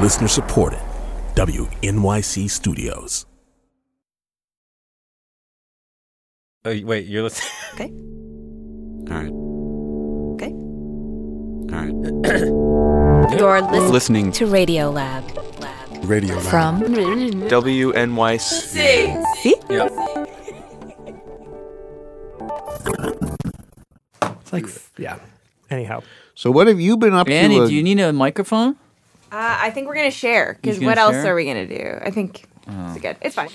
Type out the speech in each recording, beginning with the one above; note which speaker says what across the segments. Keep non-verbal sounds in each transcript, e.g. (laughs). Speaker 1: Listener supported. WNYC Studios.
Speaker 2: Oh, wait, you're (laughs) listening.
Speaker 3: Okay.
Speaker 4: All right.
Speaker 3: Okay.
Speaker 4: All right.
Speaker 3: You're listening
Speaker 4: Listening
Speaker 3: to Radio Lab.
Speaker 5: Uh,
Speaker 6: Radio Lab.
Speaker 3: From
Speaker 4: WNYC.
Speaker 2: Yeah.
Speaker 7: It's like, yeah. Anyhow,
Speaker 8: So what have you been up
Speaker 9: Annie,
Speaker 8: to? uh,
Speaker 9: do you need a microphone?
Speaker 5: Uh, I think we're gonna share
Speaker 9: He's
Speaker 5: because
Speaker 9: gonna
Speaker 5: what else
Speaker 9: share?
Speaker 5: are we gonna do? I think it's good. It's fine.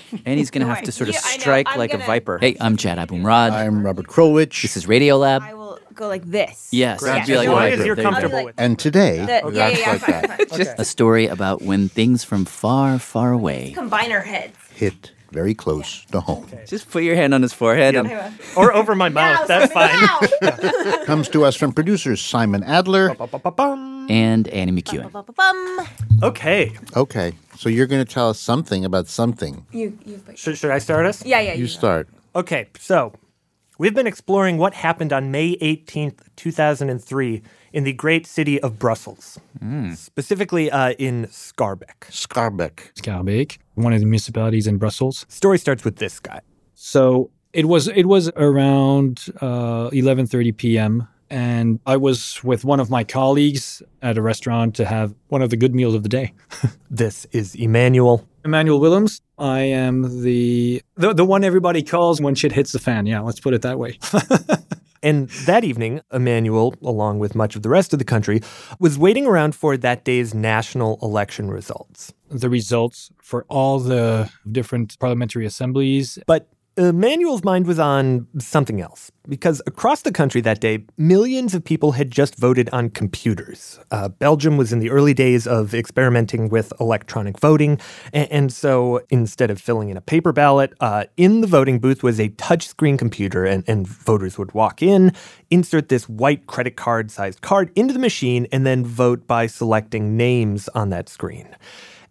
Speaker 5: (laughs)
Speaker 9: Annie's gonna have to sort of
Speaker 5: Yeah, I know.
Speaker 9: strike
Speaker 5: I'm
Speaker 9: like a
Speaker 5: gonna- (laughs)
Speaker 9: viper. Hey, I'm Chad Abumrad.
Speaker 6: I'm Robert Krulwich.
Speaker 9: This is Radio Lab.
Speaker 5: I will go like this.
Speaker 9: Yes,
Speaker 5: Yeah.
Speaker 9: I'd be like
Speaker 7: as long
Speaker 9: viper.
Speaker 7: as you're
Speaker 9: There you go.
Speaker 7: comfortable
Speaker 5: I'll be
Speaker 7: with
Speaker 8: and today,
Speaker 5: The- yeah, yeah, yeah, I'm fine, I'm fine.
Speaker 9: a story about when things from far, far away.
Speaker 5: Combine our heads.
Speaker 8: hit very close to home.
Speaker 9: Just put your hand on his forehead. and-
Speaker 5: (laughs)
Speaker 7: or over my mouth. That's fine.
Speaker 8: Comes to us from producers Simon Adler.
Speaker 7: Ba-ba-bum.
Speaker 9: and Annie McEwen.
Speaker 5: Bum.
Speaker 7: Okay.
Speaker 8: Okay, so you're going to tell us something about something.
Speaker 5: You, you.
Speaker 7: Should, should I start us?
Speaker 5: Yeah, yeah.
Speaker 8: You start.
Speaker 7: Okay, so we've been exploring what happened on May 18th, 2003, in the great city of Brussels, specifically uh, in Scarbeck.
Speaker 8: Mm. Scarbeck.
Speaker 10: Scarbeck, one of the municipalities in Brussels.
Speaker 7: Story starts with this guy.
Speaker 10: So it was it was around uh, 11:30 p.m. and I was with one of my colleagues at a restaurant to have one of the good meals of the day. (laughs)
Speaker 7: This is Emmanuel.
Speaker 10: Emmanuel Willems, I am the, the the one everybody calls when shit hits the fan. Yeah, let's put it that way. (laughs)
Speaker 7: And that evening, Emmanuel, along with much of the rest of the country, was waiting around for that day's national election results.
Speaker 10: the results for all the different parliamentary assemblies.
Speaker 7: But Emmanuel's mind was on something else, because across the country that day, millions of people had just voted on computers. Uh, Belgium was in the early days of experimenting with electronic voting, a- and, so instead of filling in a paper ballot, uh, in the voting booth was a touchscreen computer, and, and voters would walk in, insert this white credit card sized card into the machine, and then vote by selecting names on that screen.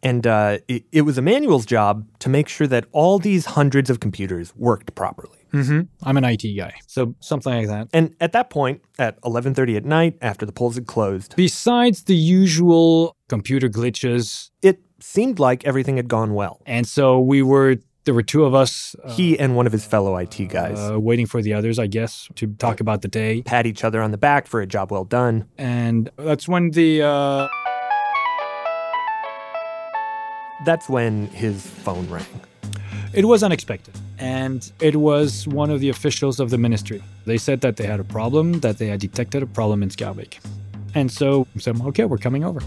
Speaker 7: And uh, it, it was Emmanuel's job to make sure that all these hundreds of computers worked properly.
Speaker 10: Mm-hmm. I'm an IT guy, so something like that.
Speaker 7: And at that point, at 11:30 at night, after the polls had closed,
Speaker 10: Besides the usual computer glitches,
Speaker 7: it seemed like everything had gone well.
Speaker 10: and so we were there were two of us uh,
Speaker 7: He and one of his fellow IT guys
Speaker 10: uh, waiting for the others, I guess, to talk about the day.
Speaker 7: pat each other on the back for a job well done.
Speaker 10: And that's when the uh,
Speaker 7: That's when his phone rang.
Speaker 10: it was unexpected, and it was one of the officials of the ministry. They said that they had a problem, that they had detected a problem in Skarbek, and so we said, "Okay, we're coming over."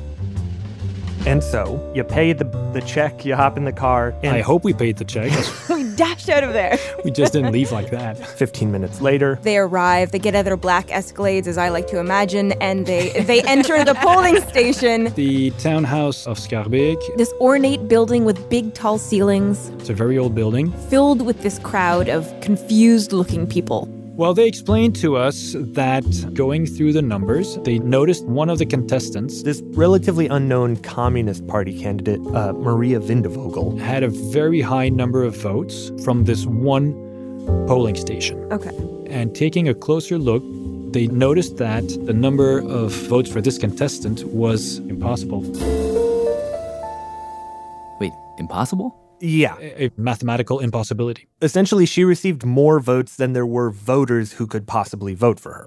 Speaker 7: And so you pay the, the check, you hop in the car, and
Speaker 10: I hope we paid the check.
Speaker 5: (laughs)
Speaker 10: (laughs)
Speaker 5: We dashed out of there.
Speaker 10: we just didn't leave like that.
Speaker 7: 15 minutes later,
Speaker 5: They arrive. They get out of their black Escalades, as I like to imagine, and they they enter the
Speaker 9: (laughs)
Speaker 5: polling station.
Speaker 10: The townhouse of Skarbek.
Speaker 3: this ornate building with big tall ceilings
Speaker 10: It's a very old building.
Speaker 3: filled with this crowd of confused looking people.
Speaker 10: Well, they explained to us that going through the numbers, they noticed one of the contestants
Speaker 7: this relatively unknown Communist Party candidate, uh, Maria Vindevogel,
Speaker 10: had a very high number of votes from this one polling station.
Speaker 5: Okay.
Speaker 10: And taking a closer look, they noticed that the number of votes for this contestant was impossible.
Speaker 9: Wait, impossible?
Speaker 7: Yeah.
Speaker 10: A a mathematical impossibility.
Speaker 7: Essentially, she received more votes than there were voters who could possibly vote for her.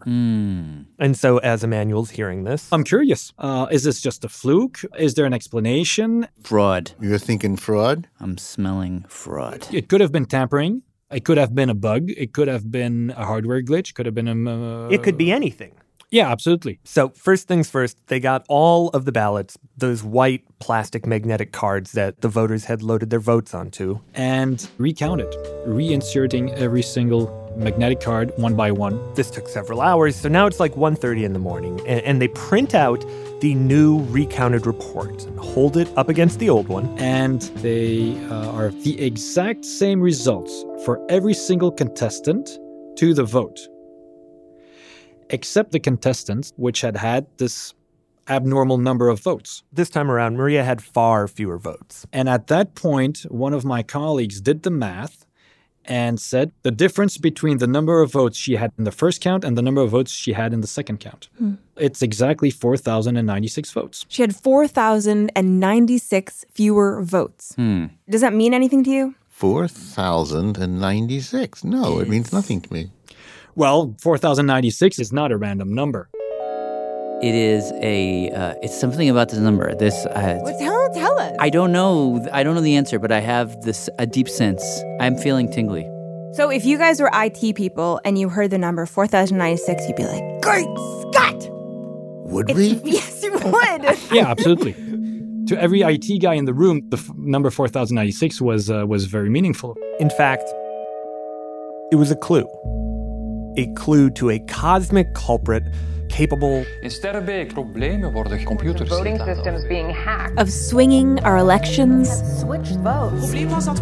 Speaker 7: And so, as Emmanuel's hearing this,
Speaker 10: I'm curious. Uh, is this just a fluke? Is there an explanation?
Speaker 9: Fraud.
Speaker 8: You're thinking fraud?
Speaker 9: I'm smelling fraud.
Speaker 10: It could have been tampering. It could have been a bug. It could have been a hardware glitch. Could have been a. Uh,
Speaker 7: it could be anything.
Speaker 10: Yeah, absolutely.
Speaker 7: So, first things first, they got all of the ballots, those white plastic magnetic cards that the voters had loaded their votes onto.
Speaker 10: And recount it, reinserting every single magnetic card one by one.
Speaker 7: This took several hours, so now it's like 1.30 in the morning, and, and they print out the new recounted report, hold it up against the old one,
Speaker 10: and they uh, are the exact same results for every single contestant to the vote, except the contestants which had had this abnormal number of votes.
Speaker 7: This time around, Maria had far fewer votes.
Speaker 10: And at that point, one of my colleagues did the math and said the difference between the number of votes she had in the first count and the number of votes she had in the second count.
Speaker 3: Hmm.
Speaker 10: It's exactly 4,096 votes.
Speaker 5: She had 4,096 fewer votes.
Speaker 9: Hmm.
Speaker 5: Does that mean anything to you?
Speaker 8: 4,096. No, it means nothing to me.
Speaker 10: Well, 4,096 is not a random number.
Speaker 9: It is a. Uh, it's something about this number. This. Uh,
Speaker 5: Well, tell, tell us.
Speaker 9: I don't know. I don't know the answer, but I have this a deep sense. I'm feeling tingly.
Speaker 5: So if you guys were IT people and you heard the number 4,096, you'd be like, great Scott!
Speaker 8: Would
Speaker 5: It's-
Speaker 8: we?
Speaker 5: yes,
Speaker 7: (laughs)
Speaker 5: you (laughs) would.
Speaker 10: (laughs) Yeah, absolutely. to every IT guy in the room, the f- number 4,096 was, uh, was very meaningful.
Speaker 7: In fact, it was a clue. A clue to a cosmic culprit capable
Speaker 11: In Sterrenbeek problemen worden computers.
Speaker 12: voting systems being hacked.
Speaker 3: Of swinging our elections,
Speaker 12: Switched votes. He said,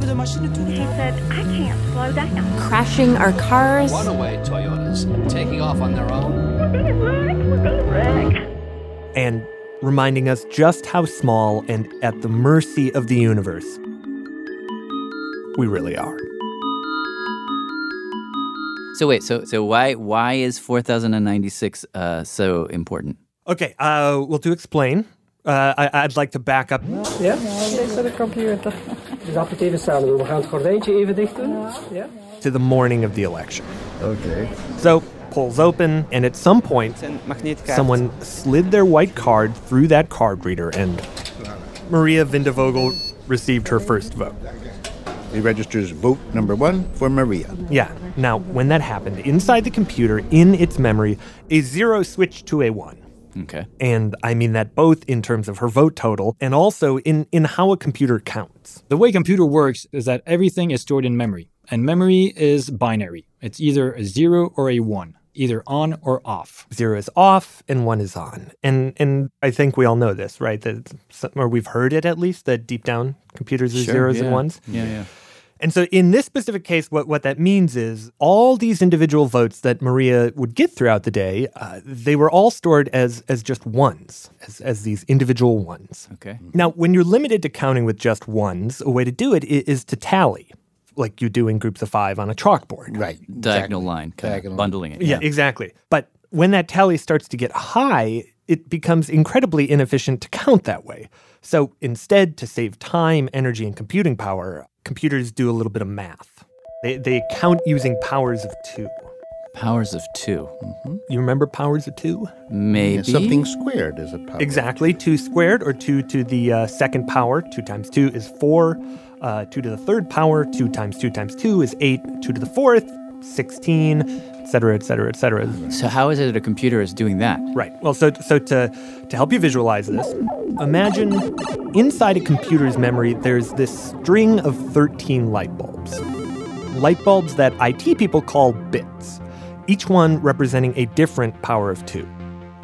Speaker 12: I can't slow down.
Speaker 3: crashing our cars.
Speaker 13: Runaway Toyotas taking off on their own.
Speaker 7: and reminding us just how small and at the mercy of the universe we really are.
Speaker 9: So wait. So so why why is four thousand and ninety six uh, so important?
Speaker 7: Okay, uh, well, to explain, uh, I, I'd like to back up.
Speaker 14: Ja, dit is de computer. Dus laten we het even samen doen. We gaan het gordijntje even dicht doen. Ja.
Speaker 7: to the morning of the election. Okay. So polls open, and at some point, someone slid their white card through that card reader, and Maria Vindevogel received her first vote.
Speaker 8: He registers vote number one for Maria.
Speaker 7: Yeah. Now, when that happened, inside the computer, in its memory, a zero switched to a one.
Speaker 9: Okay.
Speaker 7: And I mean that both in terms of her vote total and also in, in how a computer counts.
Speaker 10: The way computer works is that everything is stored in memory, and memory is binary. It's either a zero or a one, either on or off.
Speaker 7: Zero is off and one is on. And and I think we all know this, right? That or we've heard it at least that deep down computers are
Speaker 9: Sure,
Speaker 7: zeros
Speaker 9: yeah.
Speaker 7: and ones.
Speaker 9: Yeah, yeah.
Speaker 7: And so in this specific case, what, what that means is all these individual votes that Maria would get throughout the day, uh, they were all stored as as just ones, as, as these individual ones.
Speaker 9: Okay.
Speaker 7: Mm-hmm. Now, when you're limited to counting with just ones, a way to do it i- is, to tally, like you do in groups of five on a chalkboard.
Speaker 8: Right.
Speaker 9: Diagonal line, kind of bundling it.
Speaker 7: Yeah, exactly. But when that tally starts to get high, it becomes incredibly inefficient to count that way. So instead, to save time, energy, and computing power, computers do a little bit of math. They, they count using powers of two.
Speaker 9: Powers of 2
Speaker 7: You remember powers of two?
Speaker 9: Maybe
Speaker 8: something squared is a power.
Speaker 7: Exactly. Two squared or two to the uh, second power. Two times two is four. Uh, two to the third power. Two times two times two is eight. Two to the fourth, 16, et cetera, et cetera, et cetera.
Speaker 9: So how is it that a computer is doing that?
Speaker 7: Right. Well, so so to to help you visualize this, imagine inside a computer's memory there's this string of 13 light bulbs. Light bulbs that IT people call bits, each one representing a different power of 2.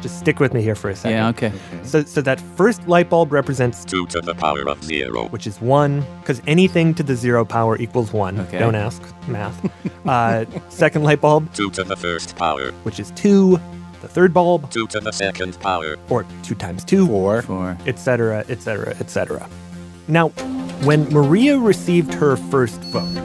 Speaker 7: Just stick with me here for a second.
Speaker 9: Yeah, okay.
Speaker 7: So so that first light bulb represents
Speaker 15: 2 to the power of 0.
Speaker 7: which is one, because anything to the zero power equals one.
Speaker 15: Okay.
Speaker 7: Don't ask (coughs) math. uh, (laughs) second light bulb,
Speaker 15: 2 to the first power.
Speaker 7: which is two. The third bulb,
Speaker 15: 2 to the second power.
Speaker 7: or two times two, four,
Speaker 9: four,
Speaker 7: etc., etc., etc. Now, when Maria received her first vote,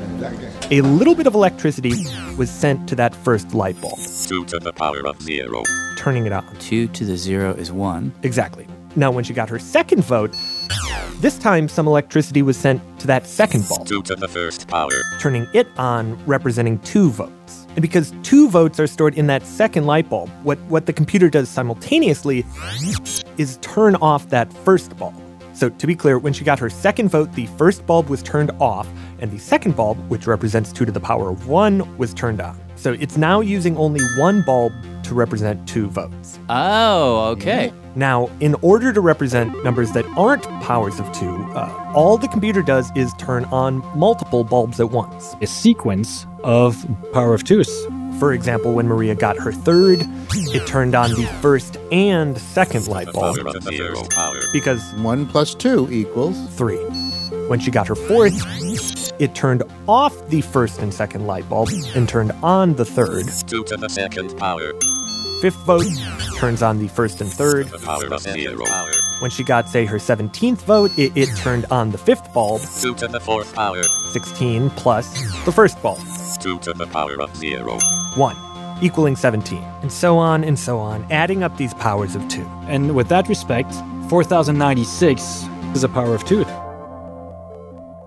Speaker 7: a little bit of electricity was sent to that first light bulb,
Speaker 15: 2 to the power of 0.
Speaker 7: turning it on.
Speaker 9: Two to the zero is one.
Speaker 7: Exactly. Now, when she got her second vote, this time some electricity was sent to that second bulb,
Speaker 15: 2 to the first power.
Speaker 7: turning it on, representing two votes. And because two votes are stored in that second light bulb, what, what the computer does simultaneously is turn off that first bulb. So, to be clear, when she got her second vote, the first bulb was turned off, and the second bulb, which represents 2 to the power of 1, was turned on. So, it's now using only one bulb to represent two votes.
Speaker 9: Oh, okay.
Speaker 7: Now, in order to represent numbers that aren't powers of 2, uh, all the computer does is turn on multiple bulbs at once.
Speaker 10: A sequence of power of twos.
Speaker 7: For example, when Maria got her third, it turned on the first and second light bulb
Speaker 15: To the first power.
Speaker 7: because
Speaker 8: 1 plus 2 equals
Speaker 7: 3. When she got her fourth, it turned off the first and second light bulb and turned on the third.
Speaker 15: 2 to the second power.
Speaker 7: Fifth vote turns on the first and third.
Speaker 15: Power of 0.
Speaker 7: When she got, say, her 17th vote, it, it turned on the fifth bulb,
Speaker 15: 2 to the 4th power.
Speaker 7: 16 plus the first bulb,
Speaker 15: 2 to the power of 0.
Speaker 7: 1, equaling 17, and so on and so on, adding up these powers of 2.
Speaker 10: And with that respect, 4096 is a power of 2.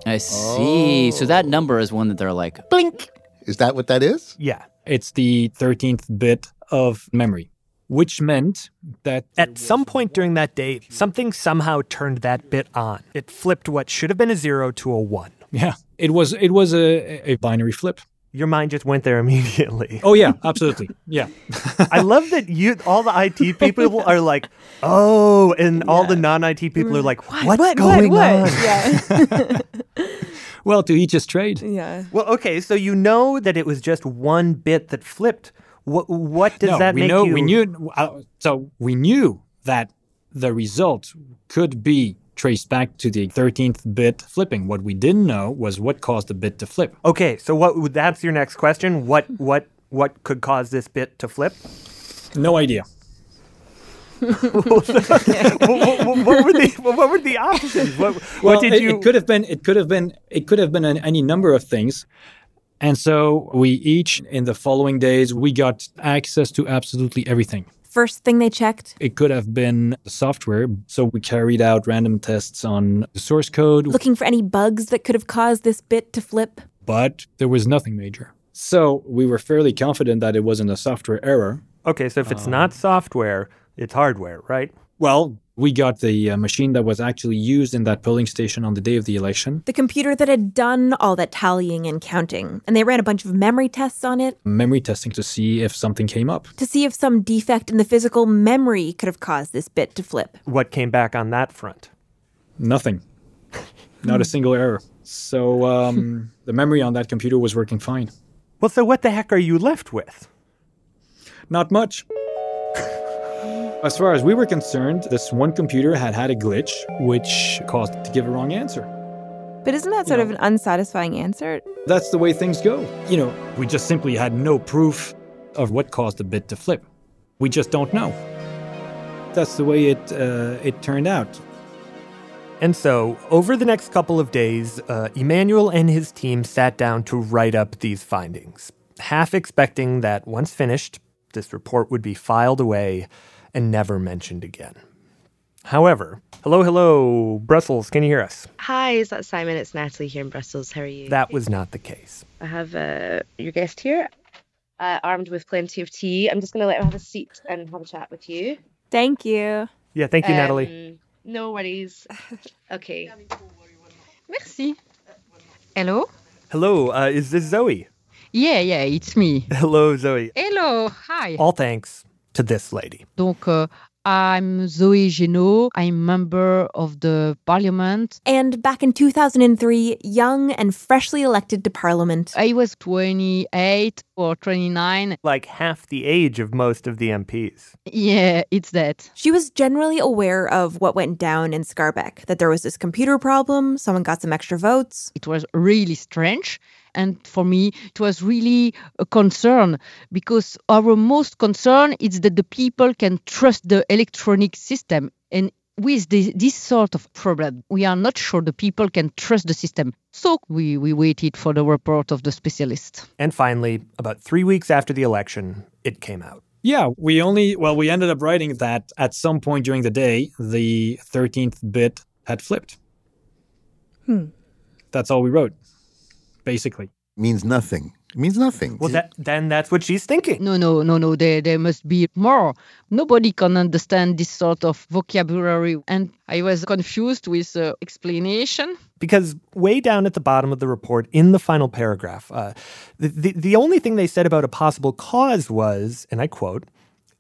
Speaker 9: I see. So that number is one that they're like, blink.
Speaker 10: Is that what that is?
Speaker 7: Yeah.
Speaker 10: It's the 13th bit of memory, which meant that
Speaker 7: At some point during that day, something somehow turned that bit on. It flipped what should have been a zero to a one.
Speaker 10: yeah, it was it was a, a binary flip.
Speaker 7: Your mind just went there (laughs) immediately.
Speaker 10: Oh yeah, absolutely. Yeah.
Speaker 7: (laughs) I love that you all the
Speaker 10: (laughs)
Speaker 7: IT people are like, oh, and all the non-IT people are like, what's
Speaker 3: what,
Speaker 7: going
Speaker 3: what,
Speaker 7: on?
Speaker 3: what? Yeah.
Speaker 10: Well, to each his trade.
Speaker 3: Yeah.
Speaker 7: Well, okay, so you know that it was just one bit that flipped. What what does
Speaker 10: no,
Speaker 7: that
Speaker 10: we
Speaker 7: make
Speaker 10: know,
Speaker 7: you?
Speaker 10: We knew uh, so we knew that the result could be traced back to the 13th bit flipping. What we didn't know was what caused the bit to flip.
Speaker 7: Okay, so what? That's your next question. What what what could cause this bit to flip?
Speaker 10: No
Speaker 7: (laughs)
Speaker 10: idea.
Speaker 7: what, what, what were the what were the options? What,
Speaker 10: well,
Speaker 7: what did
Speaker 10: it,
Speaker 7: you?
Speaker 10: it could have been it could have been it could have been an, any number of things and so we each in the following days we got access to absolutely everything
Speaker 5: First thing they checked,
Speaker 10: it could have been the software so we carried out random tests on the source code
Speaker 5: looking for any bugs that could have caused this bit to flip.
Speaker 10: but there was nothing major so we were fairly confident that it wasn't a software error
Speaker 7: okay, so if it's not software, it's hardware, right?
Speaker 10: Um. well we got the uh, machine that was actually used in that polling station on the day of the election
Speaker 5: The computer that had done all that tallying and counting, and they ran a bunch of memory tests on it
Speaker 10: memory testing to see if something came up
Speaker 5: to see if some defect in the physical memory could have caused this bit to flip.
Speaker 7: What came back on that front? (laughs)
Speaker 10: Nothing. Not a single error. So
Speaker 7: (laughs)
Speaker 10: um, the memory on that computer was working fine.
Speaker 7: Well, so what the heck are you left with?
Speaker 10: Not
Speaker 7: (laughs)
Speaker 10: much. As far as we were concerned, this one computer had had a glitch, which caused it to give a wrong answer.
Speaker 5: But isn't that sort of an unsatisfying answer?
Speaker 10: That's the way things go. You know, we just simply had no proof of what caused the bit to flip. We just don't know. That's the way it uh, it turned out.
Speaker 7: And so, over the next couple of days, uh, Emmanuel and his team sat down to write up these findings, half expecting that once finished, this report would be filed away and never mentioned again. However, hello, hello, Brussels, can you hear us?
Speaker 16: Hi, is that Simon? It's Natalie here in Brussels. How are you?
Speaker 7: That was not the case.
Speaker 16: I have uh, your guest here, uh, armed with plenty of tea. I'm just going to let him have a seat and have a chat with you.
Speaker 5: Thank you.
Speaker 7: Yeah, thank you,
Speaker 16: Um,
Speaker 7: Natalie.
Speaker 16: No
Speaker 5: (laughs)
Speaker 16: worries. okay. Merci. Hello?
Speaker 7: Hello, uh, is this Zoe?
Speaker 17: Yeah, yeah, it's me.
Speaker 7: Hello, Zoe.
Speaker 17: Hello, hi.
Speaker 7: All thanks to this lady.
Speaker 17: Donc, uh, I'm Zoe Genot. I'm member of the parliament.
Speaker 5: And back in 2003, young and freshly elected to parliament.
Speaker 17: I was 28 or 29.
Speaker 7: Like half the age of most of the MPs.
Speaker 17: Yeah, it's that.
Speaker 5: She was generally aware of what went down in Scarbeck, that there was this computer problem, someone got some extra votes.
Speaker 17: It was really strange. And for me, it was really a concern because our most concern is that the people can trust the electronic system. And with this, this sort of problem, we are not sure the people can trust the system. So we, we waited for the report of the specialist.
Speaker 7: And finally, about three weeks after the election, it came out.
Speaker 10: Yeah, we only, well, we ended up writing that at some point during the day, the 13th bit had flipped.
Speaker 5: Hmm.
Speaker 10: That's all we wrote, basically.
Speaker 8: Means nothing. Means nothing.
Speaker 7: Well, that, then that's what she's (laughs) thinking.
Speaker 17: No, no, no, no. There, there must be more. Nobody can understand this sort of vocabulary, and I was confused with the explanation.
Speaker 7: Because way down at the bottom of the report, in the final paragraph, uh, the, the, the only thing they said about a possible cause was, and I quote,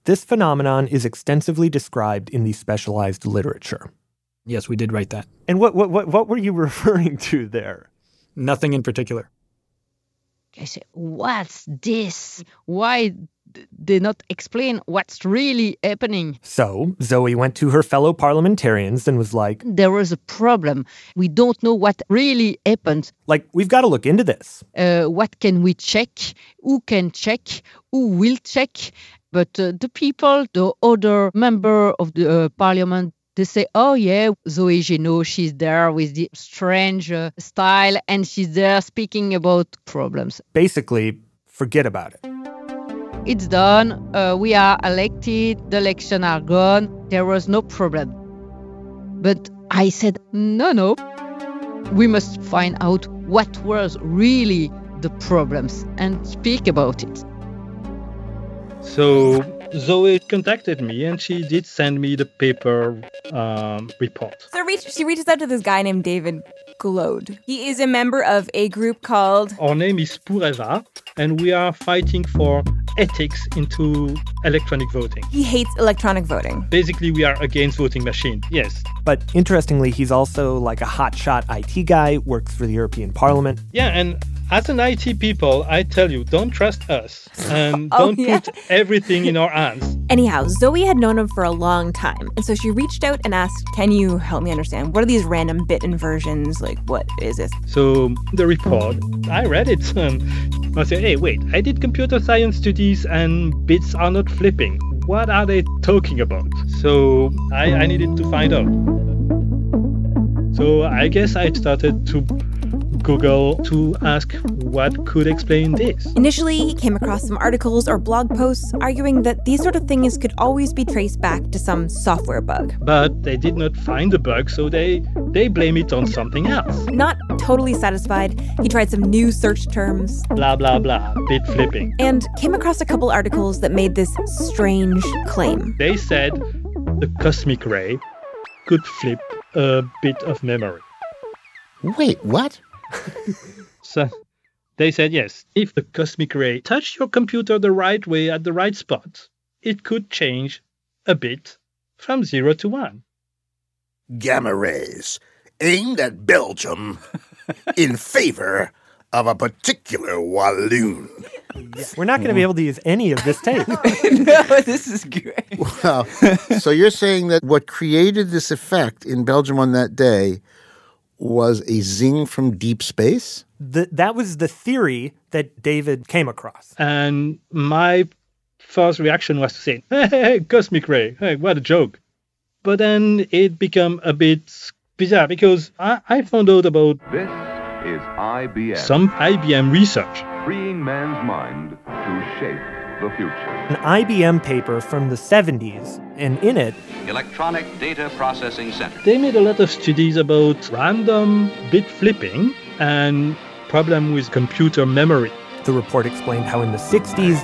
Speaker 7: this phenomenon is extensively described in the specialized literature.
Speaker 10: Yes, we did write that.
Speaker 7: And what, what, what, what were you referring to there?
Speaker 10: Nothing in particular.
Speaker 17: I say, what's this? Why d- they not explain what's really happening?
Speaker 7: So Zoe went to her fellow parliamentarians and was like,
Speaker 17: There was a problem. We don't know what really happened.
Speaker 7: like, we've got to look into this.
Speaker 17: Uh, what can we check? Who can check? Who will check? But uh, the people, the other member of the uh, parliament, They say, oh, yeah, Zoe Genot, she's there with the strange uh, style and she's there speaking about problems.
Speaker 7: Basically, forget about it.
Speaker 17: It's done. Uh, we are elected. The election are gone. There was no problem. But I said, no, no. We must find out what was really the problems and speak about it.
Speaker 18: So Zoe contacted me and she did send me the paper um, report.
Speaker 5: So reach, she reaches out to this guy named David Glode. He is a member of a group called.
Speaker 18: Our name is Pureva and we are fighting for ethics into electronic voting.
Speaker 5: He hates electronic voting.
Speaker 18: Basically, we are against voting machine. Yes.
Speaker 7: But interestingly, he's also like a hotshot IT guy, works for the European Parliament.
Speaker 18: Yeah, and as an IT people, I tell you, don't trust us and don't
Speaker 5: Oh, yeah.
Speaker 18: put everything in our hands.
Speaker 5: Anyhow, Zoe had known him for a long time, and so she reached out and asked, Can you help me understand? What are these random bit inversions? Like, what is this?
Speaker 18: So the report, I read it and I said, hey, wait, I did computer science studies and bits are not flipping. What are they talking about? So I, I needed to find out. So I guess I started to Google to ask what could explain this.
Speaker 5: Initially, he came across some articles or blog posts arguing that these sort of things could always be traced back to some software bug.
Speaker 18: But they did not find the bug, so they, they blame it on something else.
Speaker 5: Not totally satisfied, he tried some new search terms
Speaker 18: Blah, blah, blah, bit flipping.
Speaker 5: and came across a couple articles that made this strange claim.
Speaker 18: Um, They said the cosmic ray could flip a bit of memory.
Speaker 8: Wait, what?
Speaker 18: (laughs) So they said yes, if the cosmic ray touched your computer the right way at the right spot, it could change a bit from zero to one.
Speaker 19: Gamma rays aimed at
Speaker 9: (laughs)
Speaker 19: Belgium in favor of a particular Walloon.
Speaker 7: We're not going to be able to use any of this tape. (laughs)
Speaker 8: no, this is great. Wow. so you're saying that what created this effect in Belgium on that day was a zing from deep space?
Speaker 7: Th- that was the theory that David came across.
Speaker 18: And my first reaction was to say, hey, hey, hey, cosmic ray, hey, what a joke. But then it became a bit bizarre because I, I found out about
Speaker 20: This is IBM.
Speaker 18: some IBM research.
Speaker 20: freeing man's mind to shape the future.
Speaker 7: An IBM paper from the 70s, and in it,
Speaker 13: Electronic Data Processing Center.
Speaker 18: They made a lot of studies about random bit flipping and problem with computer memory.
Speaker 7: the report explained how in the 60s,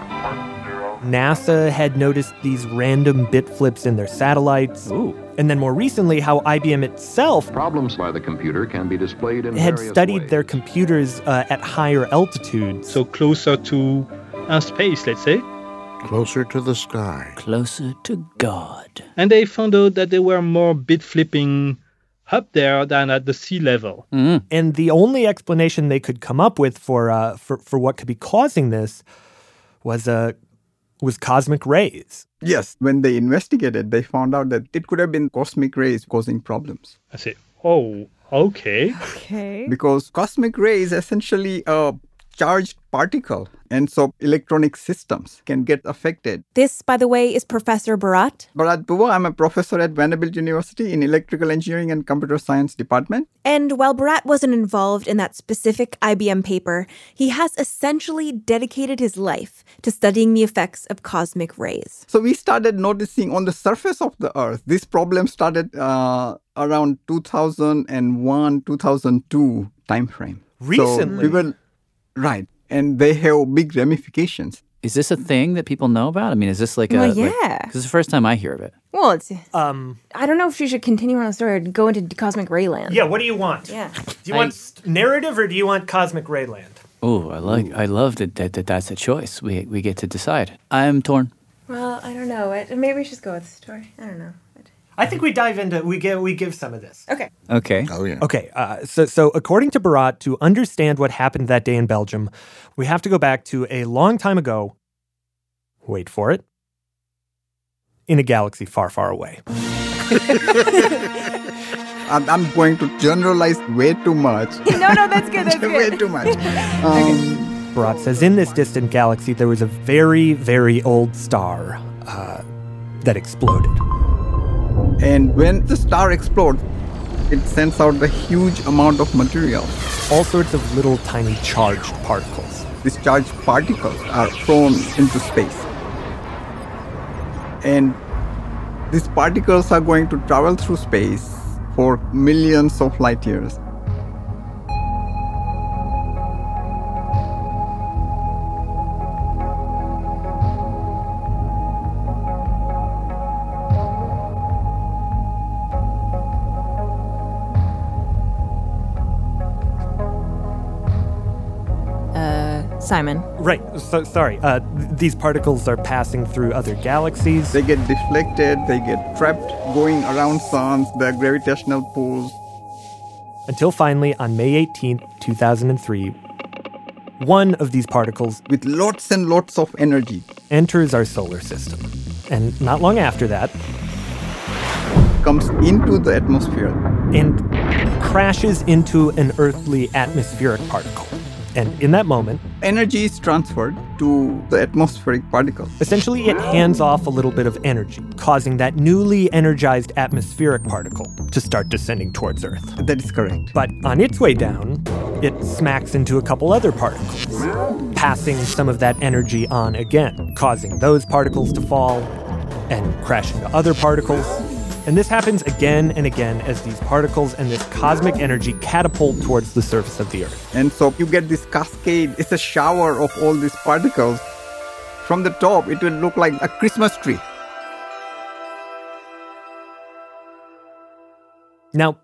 Speaker 7: NASA had noticed these random bit flips in their satellites. And then more recently, how IBM itself
Speaker 20: Problems by the computer can be displayed in
Speaker 7: had
Speaker 20: various
Speaker 7: studied their computers uh, at higher altitudes.
Speaker 18: So closer to uh, space, let's say.
Speaker 8: Closer to the sky.
Speaker 9: Closer to God.
Speaker 18: And they found out that there were more bit flipping up there than at the sea level.
Speaker 9: Mm-hmm.
Speaker 7: And the only explanation they could come up with for uh, for for what could be causing this was uh, was cosmic rays.
Speaker 21: (laughs) Yes, when they investigated, they found out that it could have been cosmic rays causing problems.
Speaker 18: I say, oh, okay.
Speaker 21: Okay. Because cosmic ray is essentially a charged particle, and so electronic systems can get affected.
Speaker 5: This, by the way, is Professor Barat.
Speaker 21: Bharat Bhuva, I'm a professor at Vanderbilt University in Electrical Engineering and Computer Science Department.
Speaker 5: And while Barat wasn't involved in that specific IBM paper, he has essentially dedicated his life to studying the effects of cosmic rays.
Speaker 21: So we started noticing on the surface of the Earth, this problem started uh, around 2001, 2002 timeframe. So
Speaker 9: Recently?
Speaker 21: we were, right. And they have
Speaker 5: (laughs)
Speaker 21: big ramifications.
Speaker 9: Is this a thing that people know about? I mean, is this like a.
Speaker 5: Well,
Speaker 9: like-
Speaker 5: yeah.
Speaker 9: this is the first time I hear of it.
Speaker 5: Well, it's.
Speaker 7: Um.
Speaker 5: I don't know if she should continue on the story or go into cosmic ray land.
Speaker 7: Yeah. What do you want?
Speaker 5: Yeah.
Speaker 7: Do you want st- narrative or do you want cosmic ray land?
Speaker 9: Oh, I like. I love that, that, that. That's a choice. We we get to decide. I'm torn.
Speaker 5: Well, I don't know. I, maybe we should just go with the story. I don't know.
Speaker 7: I think we dive into uh, we give we give some of this.
Speaker 5: Okay.
Speaker 9: Okay.
Speaker 7: Oh yeah. Okay. Uh, so so according to Barat, to understand what happened that day in Belgium, we have to go back to a long time ago. Wait for it. In a galaxy far, far away.
Speaker 21: I'm, I'm going to generalize way too much.
Speaker 5: no, no, that's good. That's
Speaker 21: (laughs)
Speaker 5: good. Way too much.
Speaker 21: Um,
Speaker 7: Barat says in this distant galaxy, there was a very, very old star uh, that exploded.
Speaker 21: And when the star explodes, it sends out a huge amount of material.
Speaker 7: All sorts of little tiny charged particles.
Speaker 21: These charged particles are thrown into space. And these particles are going to travel through space for millions of light years.
Speaker 3: Uh, Simon.
Speaker 7: Right. So sorry. Uh, th- these particles are passing through other galaxies.
Speaker 21: They get deflected, they get trapped going around suns, their gravitational pulls.
Speaker 7: Until finally, on May 18th, 2003, one of these particles,
Speaker 21: with lots and lots of energy,
Speaker 7: enters our solar system. And not long after that,
Speaker 21: comes into the atmosphere.
Speaker 7: and crashes into an earthly atmospheric particle. And in that moment,
Speaker 21: Energy is transferred to the atmospheric particle.
Speaker 7: Essentially, it hands off a little bit of energy, causing that newly energized atmospheric particle to start descending towards Earth.
Speaker 21: That is correct.
Speaker 7: But on its way down, it smacks into a couple other particles, passing some of that energy on again, causing those particles to fall and crash into other particles. And this happens again and again as these particles and this cosmic energy catapult towards the surface of the Earth.
Speaker 21: And so you get this cascade, it's a shower of all these particles. From the top, it will look like a Christmas tree.
Speaker 7: Now,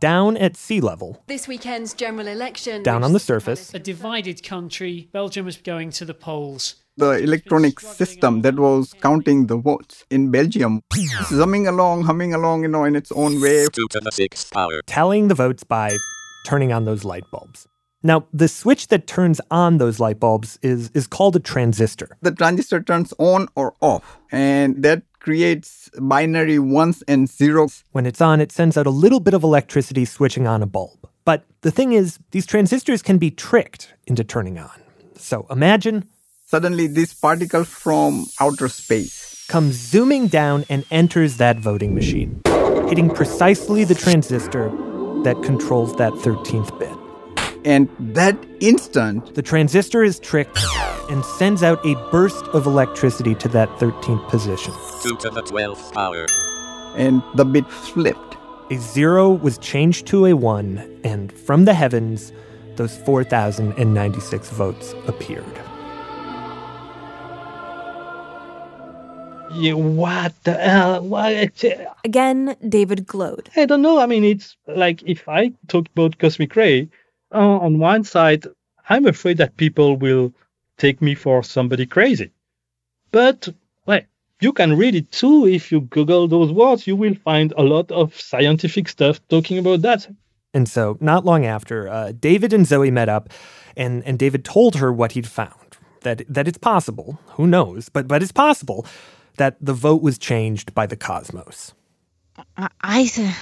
Speaker 7: down at sea level,
Speaker 1: This weekend's general election.
Speaker 7: down on the surface,
Speaker 1: A divided country. Belgium is going to the polls.
Speaker 21: The electronic system that was counting the votes in Belgium, it's humming along, humming along, you know, in its own way.
Speaker 15: Two to the sixth power.
Speaker 7: tallying the votes by turning on those light bulbs. Now, the switch that turns on those light bulbs is, is called a transistor.
Speaker 21: The transistor turns on or off, and that creates binary ones and zeros.
Speaker 7: When it's on, it sends out a little bit of electricity switching on a bulb. But the thing is, these transistors can be tricked into turning on. So imagine
Speaker 21: Suddenly, this particle from outer space
Speaker 7: comes zooming down and enters that voting machine, hitting precisely the transistor that controls that 13th bit.
Speaker 21: And that instant,
Speaker 7: the transistor is tricked and sends out a burst of electricity to that 13th position.
Speaker 15: Two to the twelfth power.
Speaker 21: and the bit flipped.
Speaker 7: A zero was changed to a one, and from the heavens, those 4,096 votes appeared.
Speaker 18: Yeah, what the hell? What? It's-
Speaker 5: Again, David glowed.
Speaker 18: I don't know. I mean, it's like if I talk about Cosmic Ray, uh, on one side, I'm afraid that people will take me for somebody crazy. But, well, you can read it too. If you Google those words, you will find a lot of scientific stuff talking about that.
Speaker 7: And so, not long after, uh, David and Zoe met up, and, and David told her what he'd found that, that it's possible, who knows, but, but it's possible that the vote was changed by the cosmos.
Speaker 17: I, I s-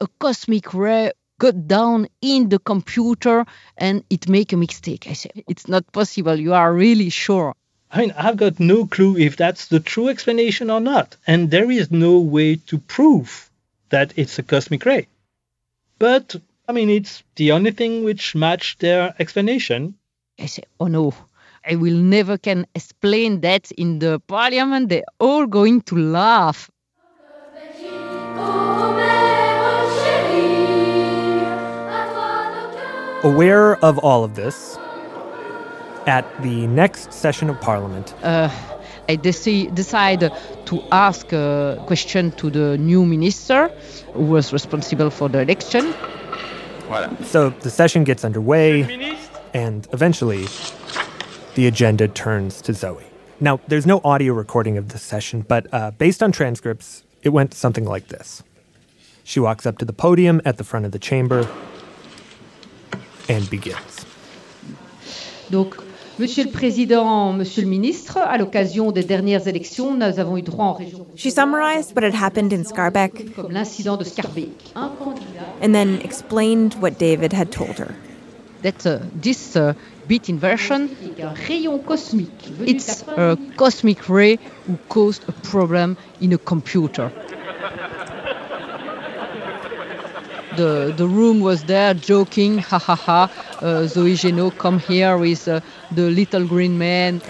Speaker 17: a cosmic ray got down in the computer and it make a mistake. I said it's not possible. You are really sure.
Speaker 18: I mean, I've got no clue if that's the true explanation or not, and there is no way to prove that it's a cosmic ray. But, I mean, it's the only thing which matched their explanation.
Speaker 17: I say, oh no, I will never can explain that in the parliament. They all going to laugh.
Speaker 7: Aware of all of this, at the next session of Parliament,
Speaker 17: uh, I deci- decide to ask a question to the new minister who was responsible for the election.
Speaker 7: so the session gets underway, and eventually, the agenda turns to Zoe. Now, there's no audio recording of this session, but uh, based on transcripts, it went something like this. She walks up to the podium at the front of the chamber and begins.
Speaker 22: Donc, Monsieur le Président, Monsieur le Ministre, à l'occasion des dernières élections, nous avons eu droit en région
Speaker 5: She summarized what had happened in Scarbeck
Speaker 22: comme l'incident de Scarbeck. Un candidat
Speaker 5: and then explained what David had told her.
Speaker 17: That uh, this uh, bit inversion, rayon cosmique, it's a cosmic ray who caused a problem in a computer. the, the room was there joking, ha ha ha. Uh, Zoe Genot come here with uh, the little green man.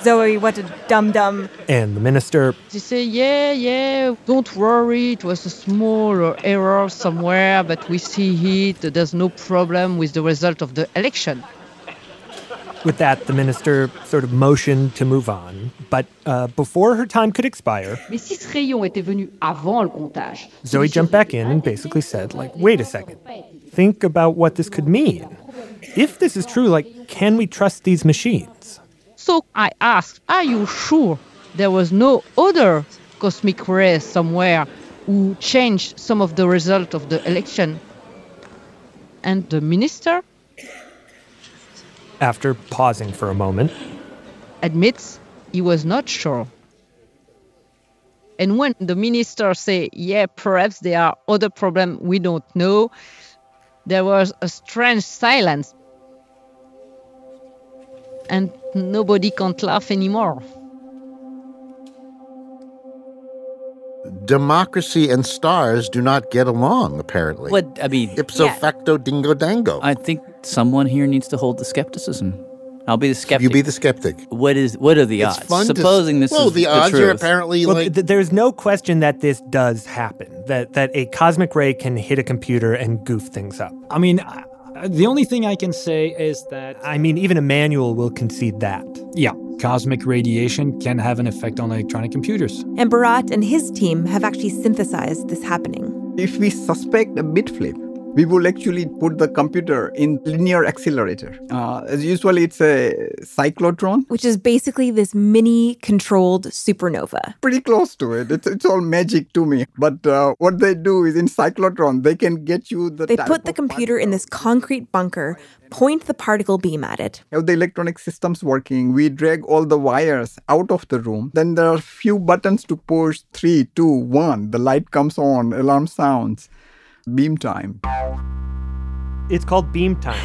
Speaker 3: Zoe, what a dum dum.
Speaker 7: And the minister,
Speaker 17: She say, yeah, yeah, don't worry, it was a small uh, error somewhere, but we see it. There's no problem with the result of the election.
Speaker 7: with that, the minister sort of motioned to move on. But uh, before her time could expire,
Speaker 22: Mais si ce rayon était venu avant le comptage,
Speaker 7: Zoe jumped back in and basically said, like, wait a second, think about what this could mean. If this is true, like, can we trust these machines?
Speaker 17: So I asked, Are you sure there was no other cosmic ray somewhere who changed some of the result of the election? And the minister
Speaker 7: After pausing for a moment,
Speaker 17: admits he was not sure. And when the minister say, yeah, perhaps there are other problems we don't know, there was a strange silence. And nobody can't laugh anymore.
Speaker 8: Democracy and stars do not get along, apparently.
Speaker 9: What I mean,
Speaker 8: ipso facto, dingo dango.
Speaker 9: I think someone here needs to hold the skepticism. I'll be the skeptic.
Speaker 8: You be the skeptic.
Speaker 9: What is? What are the
Speaker 8: It's
Speaker 9: odds?
Speaker 8: fun to s-
Speaker 9: Supposing this
Speaker 8: Well,
Speaker 9: is
Speaker 8: the odds are
Speaker 9: truth.
Speaker 8: apparently,
Speaker 7: Well, th- there's no question that this does happen, that, that a cosmic ray can hit a computer and goof things up.
Speaker 10: I mean, I- I- the only thing I can say is that.
Speaker 7: I mean, even Emmanuel will concede that.
Speaker 10: Yeah, cosmic radiation can have an effect on electronic computers.
Speaker 5: And Barat and his team have actually synthesized this happening.
Speaker 21: If we suspect a bit flip, we will actually put the computer in linear accelerator. Uh, as usually, it's a cyclotron.
Speaker 5: which is basically this mini controlled supernova.
Speaker 21: Pretty close to it. It's, it's all magic to me. But uh, what they do is in cyclotron, they can get you the.
Speaker 5: They
Speaker 21: type
Speaker 5: put the
Speaker 21: of
Speaker 5: computer in this concrete bunker, point the particle beam at it.
Speaker 21: have the electronic systems working. We drag all the wires out of the room. Then there are few buttons to push three, two, one. The light comes on, alarm sounds, beam time.
Speaker 7: It's called beam time.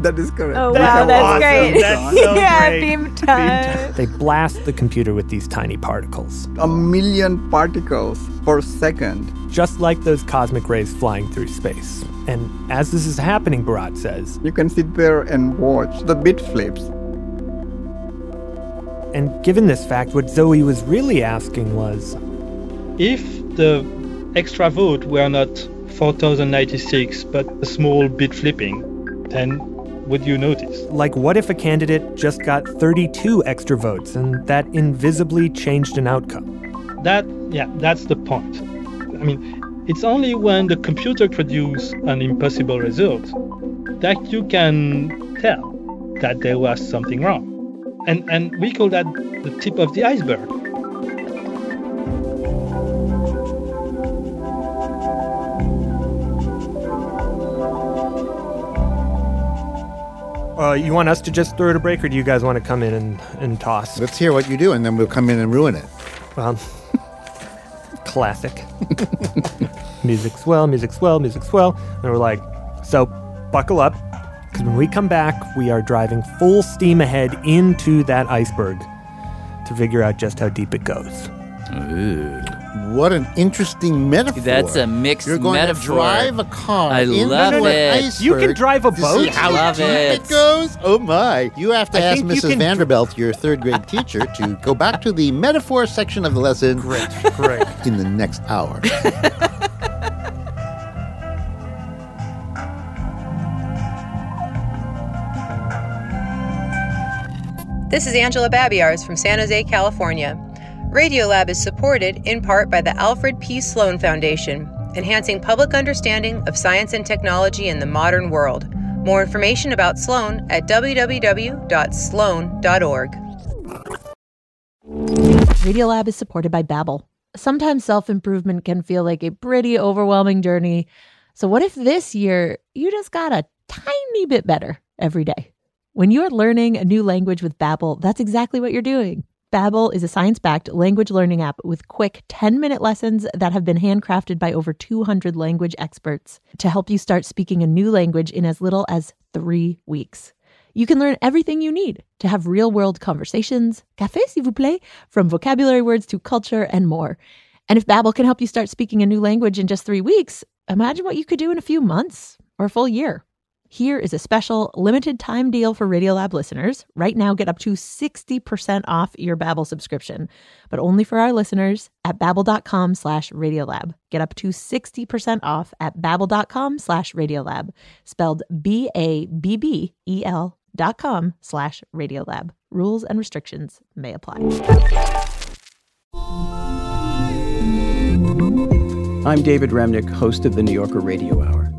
Speaker 21: That is correct.
Speaker 3: Oh,
Speaker 21: We
Speaker 3: wow,
Speaker 21: have
Speaker 3: that's
Speaker 21: all-
Speaker 3: great. (laughs)
Speaker 21: That's so
Speaker 3: yeah,
Speaker 21: great.
Speaker 3: beam time.
Speaker 7: They blast the computer with these tiny particles,
Speaker 21: A million particles per second.
Speaker 7: just like those cosmic rays flying through space. And as this is happening, Barat says,
Speaker 21: You can sit there and watch. The bit flips.
Speaker 7: and given this fact, what Zoe was really asking was,
Speaker 18: If the extra vote were not 4096 but a small bit flipping, then would you notice?
Speaker 7: like, what if a candidate just got 32 extra votes and that invisibly changed an outcome?
Speaker 18: That, yeah, that's the point. I mean, it's only when the computer produces an impossible result that you can tell that there was something wrong. And, and we call that the tip of the iceberg.
Speaker 7: Uh, you want us to just throw it a break, or do you guys want to come in and, and toss?
Speaker 8: Let's hear what you do, and then we'll come in and ruin it.
Speaker 7: Well, (laughs) classic. (laughs) music's well, music's well, music's well. And we're like, so buckle up, because when we come back, we are driving full steam ahead into that iceberg to figure out just how deep it goes.
Speaker 8: What an interesting metaphor.
Speaker 9: That's a mixed
Speaker 8: You're going
Speaker 9: metaphor.
Speaker 8: to drive a car
Speaker 9: I
Speaker 8: into
Speaker 9: love
Speaker 8: an
Speaker 9: it.
Speaker 8: iceberg
Speaker 9: You can drive a
Speaker 8: to
Speaker 9: boat?
Speaker 8: See how
Speaker 9: Love
Speaker 8: deep
Speaker 9: it.
Speaker 8: it. goes? Oh my! You have to
Speaker 9: I
Speaker 8: ask
Speaker 9: think you
Speaker 8: Mrs.
Speaker 9: can-
Speaker 8: Vanderbilt, your third grade teacher, to go back to the metaphor section of the lesson. Great,
Speaker 7: great.
Speaker 8: In the next
Speaker 9: (laughs)
Speaker 8: hour.
Speaker 2: This is Angela Babiars from San Jose, California. Radiolab is supported in part by the Alfred P. Sloan Foundation, enhancing public understanding of science and technology in the modern world. More information about Sloan at www.sloan.org.
Speaker 4: Radiolab is supported by Babbel. Sometimes self-improvement can feel like a pretty overwhelming journey. So what if this year you just got a tiny bit better every day? When you're learning a new language with Babbel, that's exactly what you're doing. Babbel is a science-backed language learning app with quick 10-minute lessons that have been handcrafted by over 200 language experts to help you start speaking a new language in as little as 3 weeks. You can learn everything you need to have real world conversations, café s'il vous plaît, from vocabulary words to culture and more. And if Babbel can help you start speaking a new language in just three weeks, Imagine what you could do in a few months or a full year. Here is a special limited time deal for Radiolab listeners. Right now, get up to 60% off your Babbel subscription, but only for our listeners at babbel.com slash Radiolab. Get up to 60% off at babbel.com slash Radiolab, spelled B-A-B-B-E-L E dot com slash Radiolab. Rules and restrictions may apply.
Speaker 6: I'm David Remnick, host of the New Yorker Radio Hour.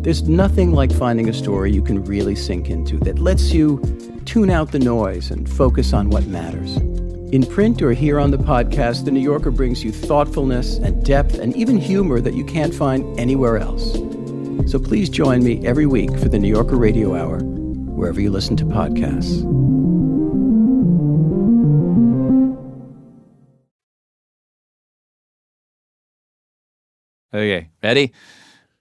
Speaker 6: There's nothing like finding a story you can really sink into that lets you tune out the noise and focus on what matters. In print or here on the podcast, The New Yorker brings you thoughtfulness and depth and even humor that you can't find anywhere else. So please join me every week for The New Yorker Radio Hour, wherever you listen to podcasts.
Speaker 9: Okay, ready?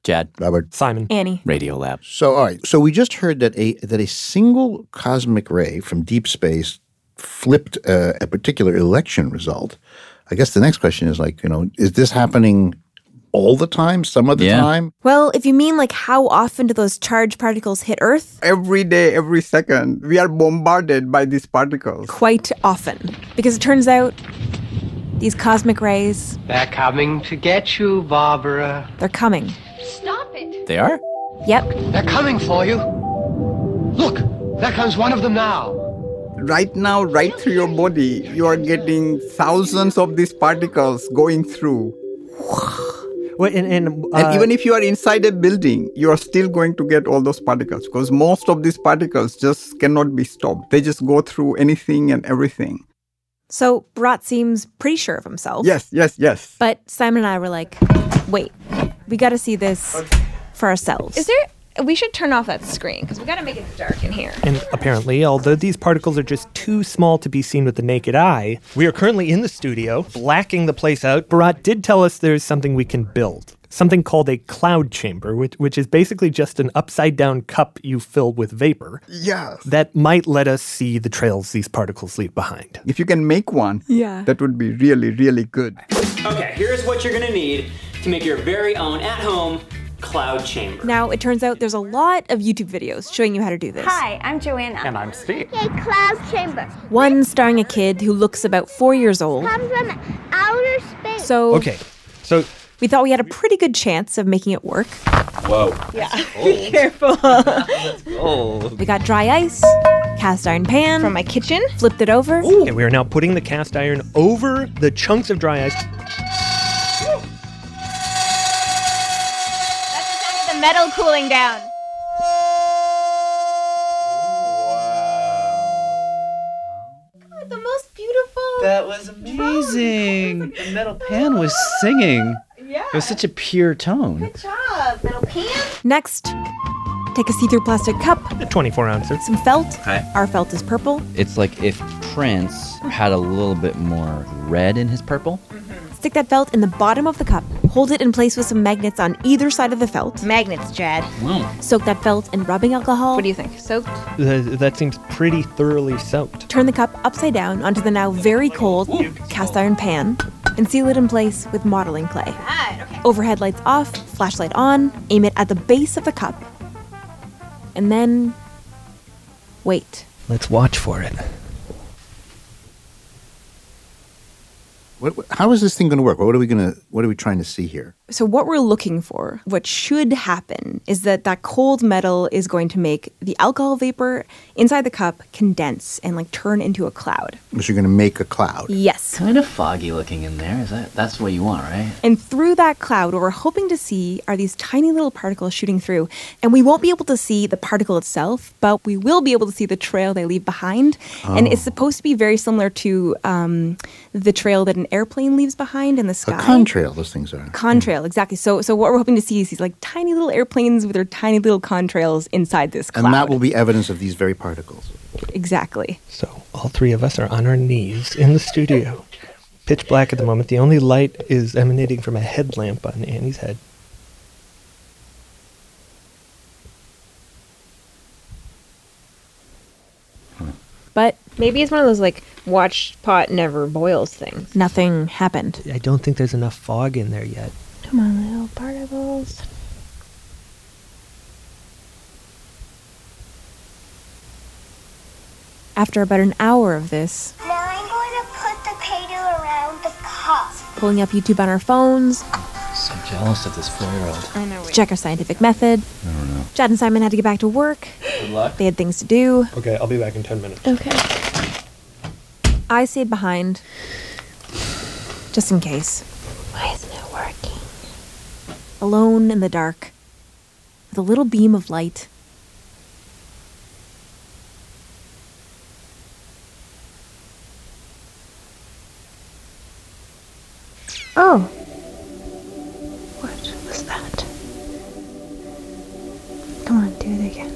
Speaker 9: Chad.
Speaker 8: Robert.
Speaker 7: Simon.
Speaker 3: Annie.
Speaker 9: Radio Lab.
Speaker 8: So all right. So we just heard that a that a single cosmic ray from deep space flipped uh, a particular election result. I guess the next question is like, you know, is this happening all the time, some of the time?
Speaker 5: Well, if you mean like how often do those charged particles hit Earth?
Speaker 21: Every day, every second, we are bombarded by these particles.
Speaker 5: Quite often. Because it turns out these cosmic rays,
Speaker 11: They're coming to get you, Barbara.
Speaker 5: they're coming.
Speaker 11: Stop it.
Speaker 9: They are?
Speaker 5: Yep.
Speaker 11: They're coming for you. Look, there comes one of them now.
Speaker 21: Right now, right through your body, you are getting thousands of these particles going through.
Speaker 7: Well, and, and, uh,
Speaker 21: and even if you are inside a building, you are still going to get all those particles because most of these particles just cannot be stopped. They just go through anything and everything.
Speaker 5: So Brat seems pretty sure of
Speaker 23: Oh.
Speaker 5: himself.
Speaker 21: Yes, yes, yes.
Speaker 5: But Simon and I were like, wait, we got to see this for ourselves.
Speaker 23: Is there? We should turn off that screen because we got to make it dark in here.
Speaker 7: And apparently, although these particles are just too small to be seen with the naked eye, we are currently in the studio, blacking the place out. Barat did tell us there's something we can build, something called a cloud chamber, which, which is basically just an upside down cup you fill with vapor
Speaker 21: Yeah.
Speaker 7: that might let us see the trails these particles leave behind.
Speaker 21: If you can make one,
Speaker 5: Yeah.
Speaker 21: that would be really, really good.
Speaker 24: Okay, here's what you're gonna need to make your very own at home cloud chamber.
Speaker 5: Now, it turns out there's a lot of YouTube videos showing you how to do this.
Speaker 23: Hi, I'm Joanna.
Speaker 24: And I'm Steve.
Speaker 23: A cloud chamber
Speaker 5: One starring a kid who looks about four years old.
Speaker 23: from outer space.
Speaker 5: So
Speaker 7: so
Speaker 5: we thought we had a pretty good chance of making it work.
Speaker 24: Whoa.
Speaker 23: Yeah. Be careful.
Speaker 7: Oh.
Speaker 5: We got dry ice, cast iron pan from
Speaker 23: my kitchen,
Speaker 5: flipped it over.
Speaker 7: Okay, we are now putting the cast iron over the chunks of dry ice.
Speaker 23: the metal cooling down.
Speaker 11: The most beautiful.
Speaker 25: That was amazing. The metal pan was singing.
Speaker 23: Yeah.
Speaker 25: It was such a pure tone.
Speaker 23: Job, metal pan.
Speaker 5: Next, take a see through plastic cup,
Speaker 7: a 24 ouncer,
Speaker 5: some felt.
Speaker 9: Okay.
Speaker 5: Our felt is purple.
Speaker 9: It's like if Prince had a little bit more red in his purple.
Speaker 5: Stick that felt in the bottom of the cup. Hold it in place with some magnets on either side of the felt.
Speaker 23: Magnets, Jad.
Speaker 7: Wow.
Speaker 5: Soak that felt in rubbing alcohol.
Speaker 23: What do you think? Soaked?
Speaker 7: that seems pretty thoroughly soaked.
Speaker 5: Turn the cup upside down onto the now very cold cast iron pan and seal it in place with modeling clay. Overhead lights off, flashlight on, aim it at the base of the cup, and then wait.
Speaker 25: Let's watch for it.
Speaker 8: What, what- how is this thing going to work? What are we going to what are we trying to see here?
Speaker 5: So, what we're looking for, what should happen, is that that cold metal is going to make the alcohol vapor inside the cup condense and like turn into a cloud.
Speaker 8: Is you're going to make a cloud?
Speaker 5: Yes.
Speaker 25: Kind of foggy looking in there. Is that that's what you want, right?
Speaker 5: And through that cloud, what we're hoping to see are these tiny little particles shooting through. And we won't be able to see the particle itself, but we will be able to see the trail they leave behind. And
Speaker 8: Oh.
Speaker 5: it's supposed to be very similar to um, the trail that an airplane leaves behind in the sky.
Speaker 8: Contrail, those things are.
Speaker 5: Contrail, exactly. So, so what we're hoping to see is these like tiny little airplanes with their tiny little contrails inside this cloud.
Speaker 8: And that will be evidence of these very particles.
Speaker 5: exactly.
Speaker 7: So all three of us are on our knees in the studio. Pitch black at the moment. The only light is emanating from a headlamp on Annie's head.
Speaker 23: But maybe it's one of those like watch pot never boils things.
Speaker 5: Nothing happened.
Speaker 7: I don't think there's enough fog in there yet.
Speaker 5: Come on, Leo.
Speaker 23: Small particles.
Speaker 5: After about an hour of this,
Speaker 12: Now I'm going to put the paddle around the cup.
Speaker 5: pulling up YouTube on our phones
Speaker 12: So jealous of this four-year-old.
Speaker 23: Oh,
Speaker 12: I know.
Speaker 5: to check our scientific method,
Speaker 8: I don't know.
Speaker 5: Chad and Simon had to get back to work.
Speaker 7: Good luck.
Speaker 5: They had things to do.
Speaker 7: Okay, I'll be back in 10 minutes.
Speaker 5: Okay. I stayed behind, just in case. Why isn't it working? Alone in the dark, with a little beam of light.
Speaker 23: Oh. What was that? Come on, do it again.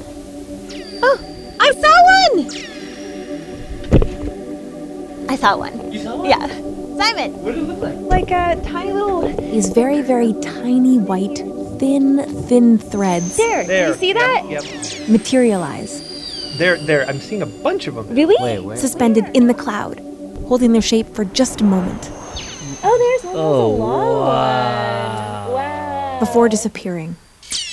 Speaker 23: Oh, I saw one! I saw one. You saw one? Yeah. Simon! What did it look like? Like a tiny little.
Speaker 5: These very, very tiny white, thin, thin threads
Speaker 23: There!
Speaker 7: There,
Speaker 23: You see
Speaker 7: yep,
Speaker 23: that?
Speaker 7: yep.
Speaker 5: materialize,
Speaker 7: There, there. I'm seeing a bunch of them.
Speaker 23: Really? Wait, wait.
Speaker 5: suspended in the cloud, holding their shape for just a moment
Speaker 23: Oh, there's one.
Speaker 7: Oh,
Speaker 23: That's a long one.
Speaker 5: before disappearing.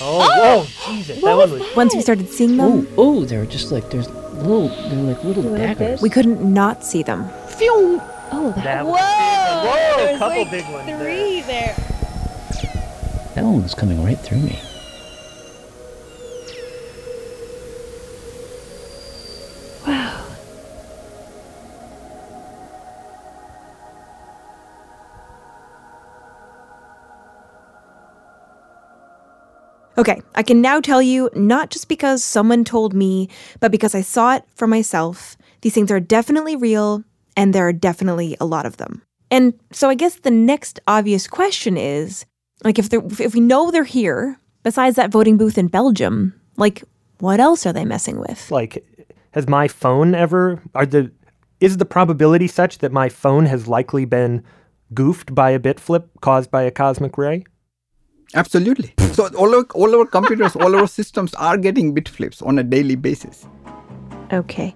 Speaker 7: Oh, whoa, Jesus. That one was.
Speaker 5: Once we started seeing them,
Speaker 13: Oh, they're just like there's little, they're like little daggers.
Speaker 5: we couldn't not see them.
Speaker 23: Oh, that,
Speaker 7: That
Speaker 23: Whoa!
Speaker 7: was Whoa,
Speaker 23: There's
Speaker 7: couple
Speaker 23: like
Speaker 7: big ones
Speaker 23: Three there.
Speaker 13: That one was coming right through me.
Speaker 23: Wow.
Speaker 5: Okay, I can now tell you, not just because someone told me, but because I saw it for myself, these things are definitely real and there are definitely a lot of them. And so I guess the next obvious question is like, if, they're, if we know they're here, besides that voting booth in Belgium, like, what else are they messing with?
Speaker 7: Like, has my phone ever? Are the? Is the probability such that my phone has likely been goofed by a bit flip caused by a cosmic ray?
Speaker 21: Absolutely. So all our, all our computers, all our (laughs) systems are getting bit flips on a daily basis.
Speaker 5: Okay.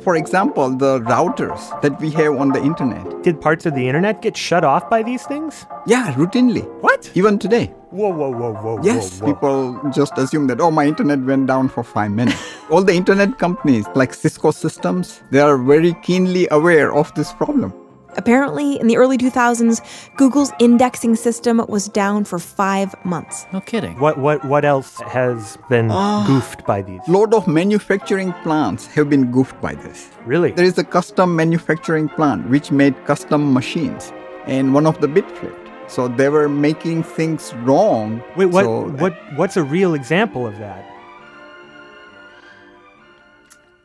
Speaker 21: For example, the routers that we have on the internet.
Speaker 7: Did parts of the internet get shut off by these things?
Speaker 21: Yeah, routinely.
Speaker 7: What?
Speaker 21: Even today.
Speaker 7: Whoa, whoa, whoa, whoa.
Speaker 21: Yes,
Speaker 7: whoa, whoa.
Speaker 21: people just assume that, oh, my internet went down for five
Speaker 7: (laughs)
Speaker 21: minutes. All the internet companies like Cisco Systems, they are very keenly aware of this problem.
Speaker 5: Apparently, in the early 2000s, Google's indexing system was down for five months.
Speaker 9: No kidding.
Speaker 7: What, what, what else has been
Speaker 21: Ah.
Speaker 7: goofed by these?
Speaker 21: Lot of manufacturing plants have been goofed by this.
Speaker 7: Really?
Speaker 21: There is a custom manufacturing plant which made custom machines, and one of the bit flipped. So they were making things wrong.
Speaker 7: Wait, what,
Speaker 21: So,
Speaker 7: what, what's a real example of that?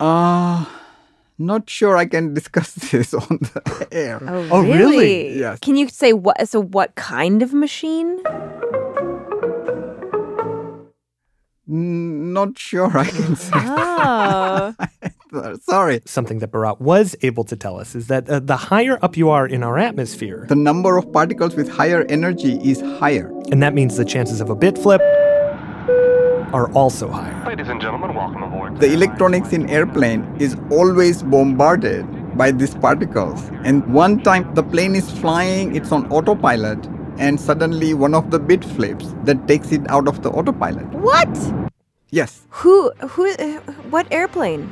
Speaker 21: Uh, not sure I can (laughs) discuss this on the air.
Speaker 7: Oh, really?
Speaker 21: Yes.
Speaker 5: Can you say what? So, what kind of machine?
Speaker 21: N- Not sure
Speaker 5: (laughs)
Speaker 21: I can say.
Speaker 5: Oh.
Speaker 21: (laughs) Sorry.
Speaker 7: Something that Barat was able to tell us is that uh, the higher up you are in our atmosphere,
Speaker 21: The number of particles with higher energy is higher.
Speaker 7: and that means the chances of a bit flip are also higher.
Speaker 20: Ladies and gentlemen, welcome aboard.
Speaker 21: The electronics in airplane is always bombarded by these particles. And one time the plane is flying, it's on autopilot, and suddenly one of the bit flips that takes it out of the autopilot.
Speaker 5: (laughs) What?
Speaker 21: Yes.
Speaker 5: Who? Who? uh, What airplane?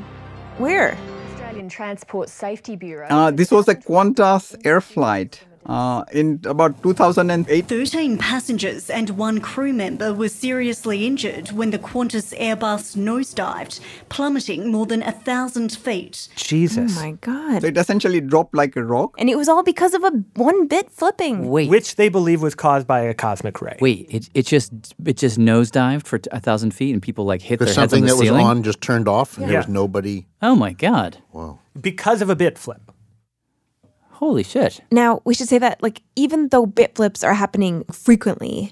Speaker 5: Where?
Speaker 14: Australian Transport Safety Bureau.
Speaker 21: Uh, this was a Qantas air flight uh, in about 2008.
Speaker 16: 13 passengers and one crew member were seriously injured when the Qantas Airbus nosedived, plummeting more than a thousand feet.
Speaker 7: Jesus.
Speaker 5: Oh my god.
Speaker 21: So it essentially dropped like a rock.
Speaker 5: And it was all because of a one bit flipping.
Speaker 9: Wait.
Speaker 7: Which they believe was caused by a cosmic ray.
Speaker 9: Wait, it, it just it just nosedived for t- a thousand feet, and people like hit their
Speaker 8: Because
Speaker 9: heads on
Speaker 8: something
Speaker 9: the
Speaker 8: that was
Speaker 9: ceiling?
Speaker 8: on just turned off and
Speaker 9: Yeah.
Speaker 8: there was nobody.
Speaker 9: Oh my god!
Speaker 8: Wow.
Speaker 7: Because of a bit flip.
Speaker 9: Holy shit!
Speaker 5: Now, we should say that, like, even though bit flips are happening frequently,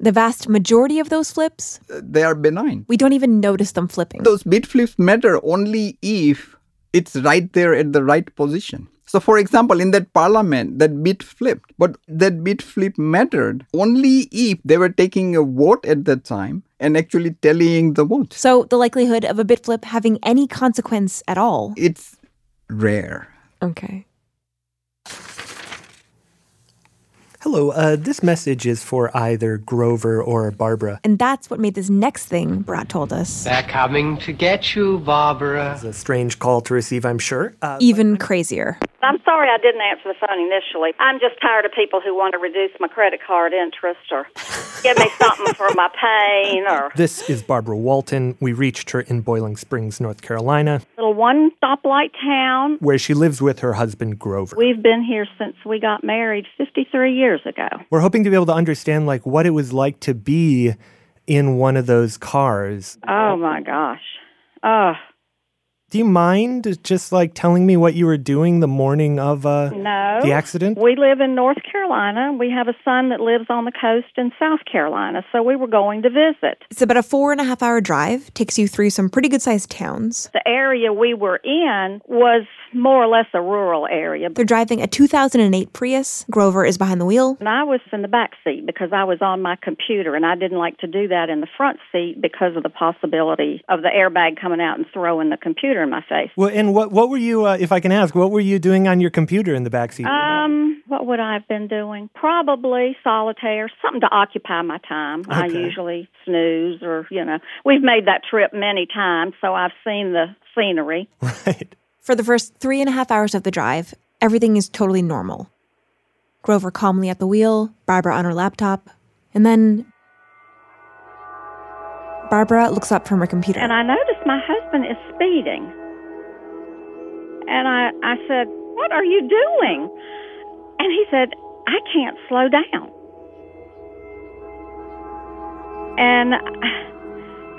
Speaker 5: the vast majority of those flips,
Speaker 21: They are benign.
Speaker 5: we don't even notice them flipping.
Speaker 21: Those bit flips matter only if it's right there at the right position. So, for example, in that parliament, that bit flipped, but that bit flip mattered only if they were taking a vote at that time and actually tallying the votes.
Speaker 5: So, the likelihood of a bit flip having any consequence at all.
Speaker 21: It's rare.
Speaker 5: Okay.
Speaker 7: Hello, uh, this message is for either Grover or Barbara.
Speaker 5: And that's what made this next thing Brad told us
Speaker 7: They're coming to get you, Barbara. It's a strange call to receive, I'm sure. Uh,
Speaker 5: even crazier.
Speaker 1: I'm sorry I didn't answer the phone initially. I'm just tired of people who want to reduce my credit card interest or give me something for my pain or
Speaker 7: this is Barbara Walton. We reached her in Boiling Springs, North Carolina,
Speaker 1: little one stoplight town.
Speaker 7: where she lives with her husband, Grover.
Speaker 1: We've been here since we got married 53 years ago.
Speaker 7: We're hoping to be able to understand like what it was like to be in one of those cars.
Speaker 1: Oh my gosh. Oh,
Speaker 7: Do you mind just like telling me what you were doing the morning of uh,
Speaker 1: no.
Speaker 7: the accident?
Speaker 1: We live in North Carolina. We have a son that lives on the coast in South Carolina, so we were going to visit.
Speaker 5: It's about a four and a half hour drive, takes you through some pretty good sized towns.
Speaker 1: The area we were in was more or less a rural area.
Speaker 5: They're driving a 2008 Prius. Grover is behind the wheel.
Speaker 1: And I was in the back seat because I was on my computer, and I didn't like to do that in the front seat because of the possibility of the airbag coming out and throwing the computer in my face.
Speaker 7: Well, and what what were you, uh, if I can ask, what were you doing on your computer in the backseat?
Speaker 1: Um, what would I have been doing? Probably solitaire, something to occupy my time. I
Speaker 7: Okay.
Speaker 1: usually snooze or, you know, we've made that trip many times, so I've seen the scenery.
Speaker 5: For the first three and a half hours of the drive, everything is totally normal. Grover calmly at the wheel, Barbara on her laptop, and then Barbara looks up from her computer.
Speaker 1: And I noticed my husband is speeding. And I, I said, What are you doing? And he said, I can't slow down. And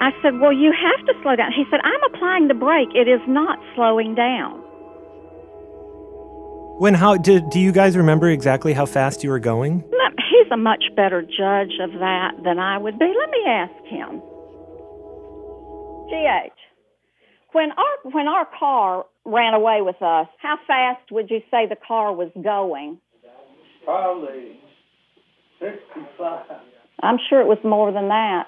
Speaker 1: I said, Well, you have to slow down. He said, I'm applying the brake. It is not slowing down.
Speaker 7: When how did do you guys remember exactly how fast you were going?
Speaker 1: Look, He's a much better judge of that than I would be. Let me ask him. GH, when our when our car ran away with us, how fast would you say the car was going?
Speaker 15: Probably 65.
Speaker 1: I'm sure it was more than that.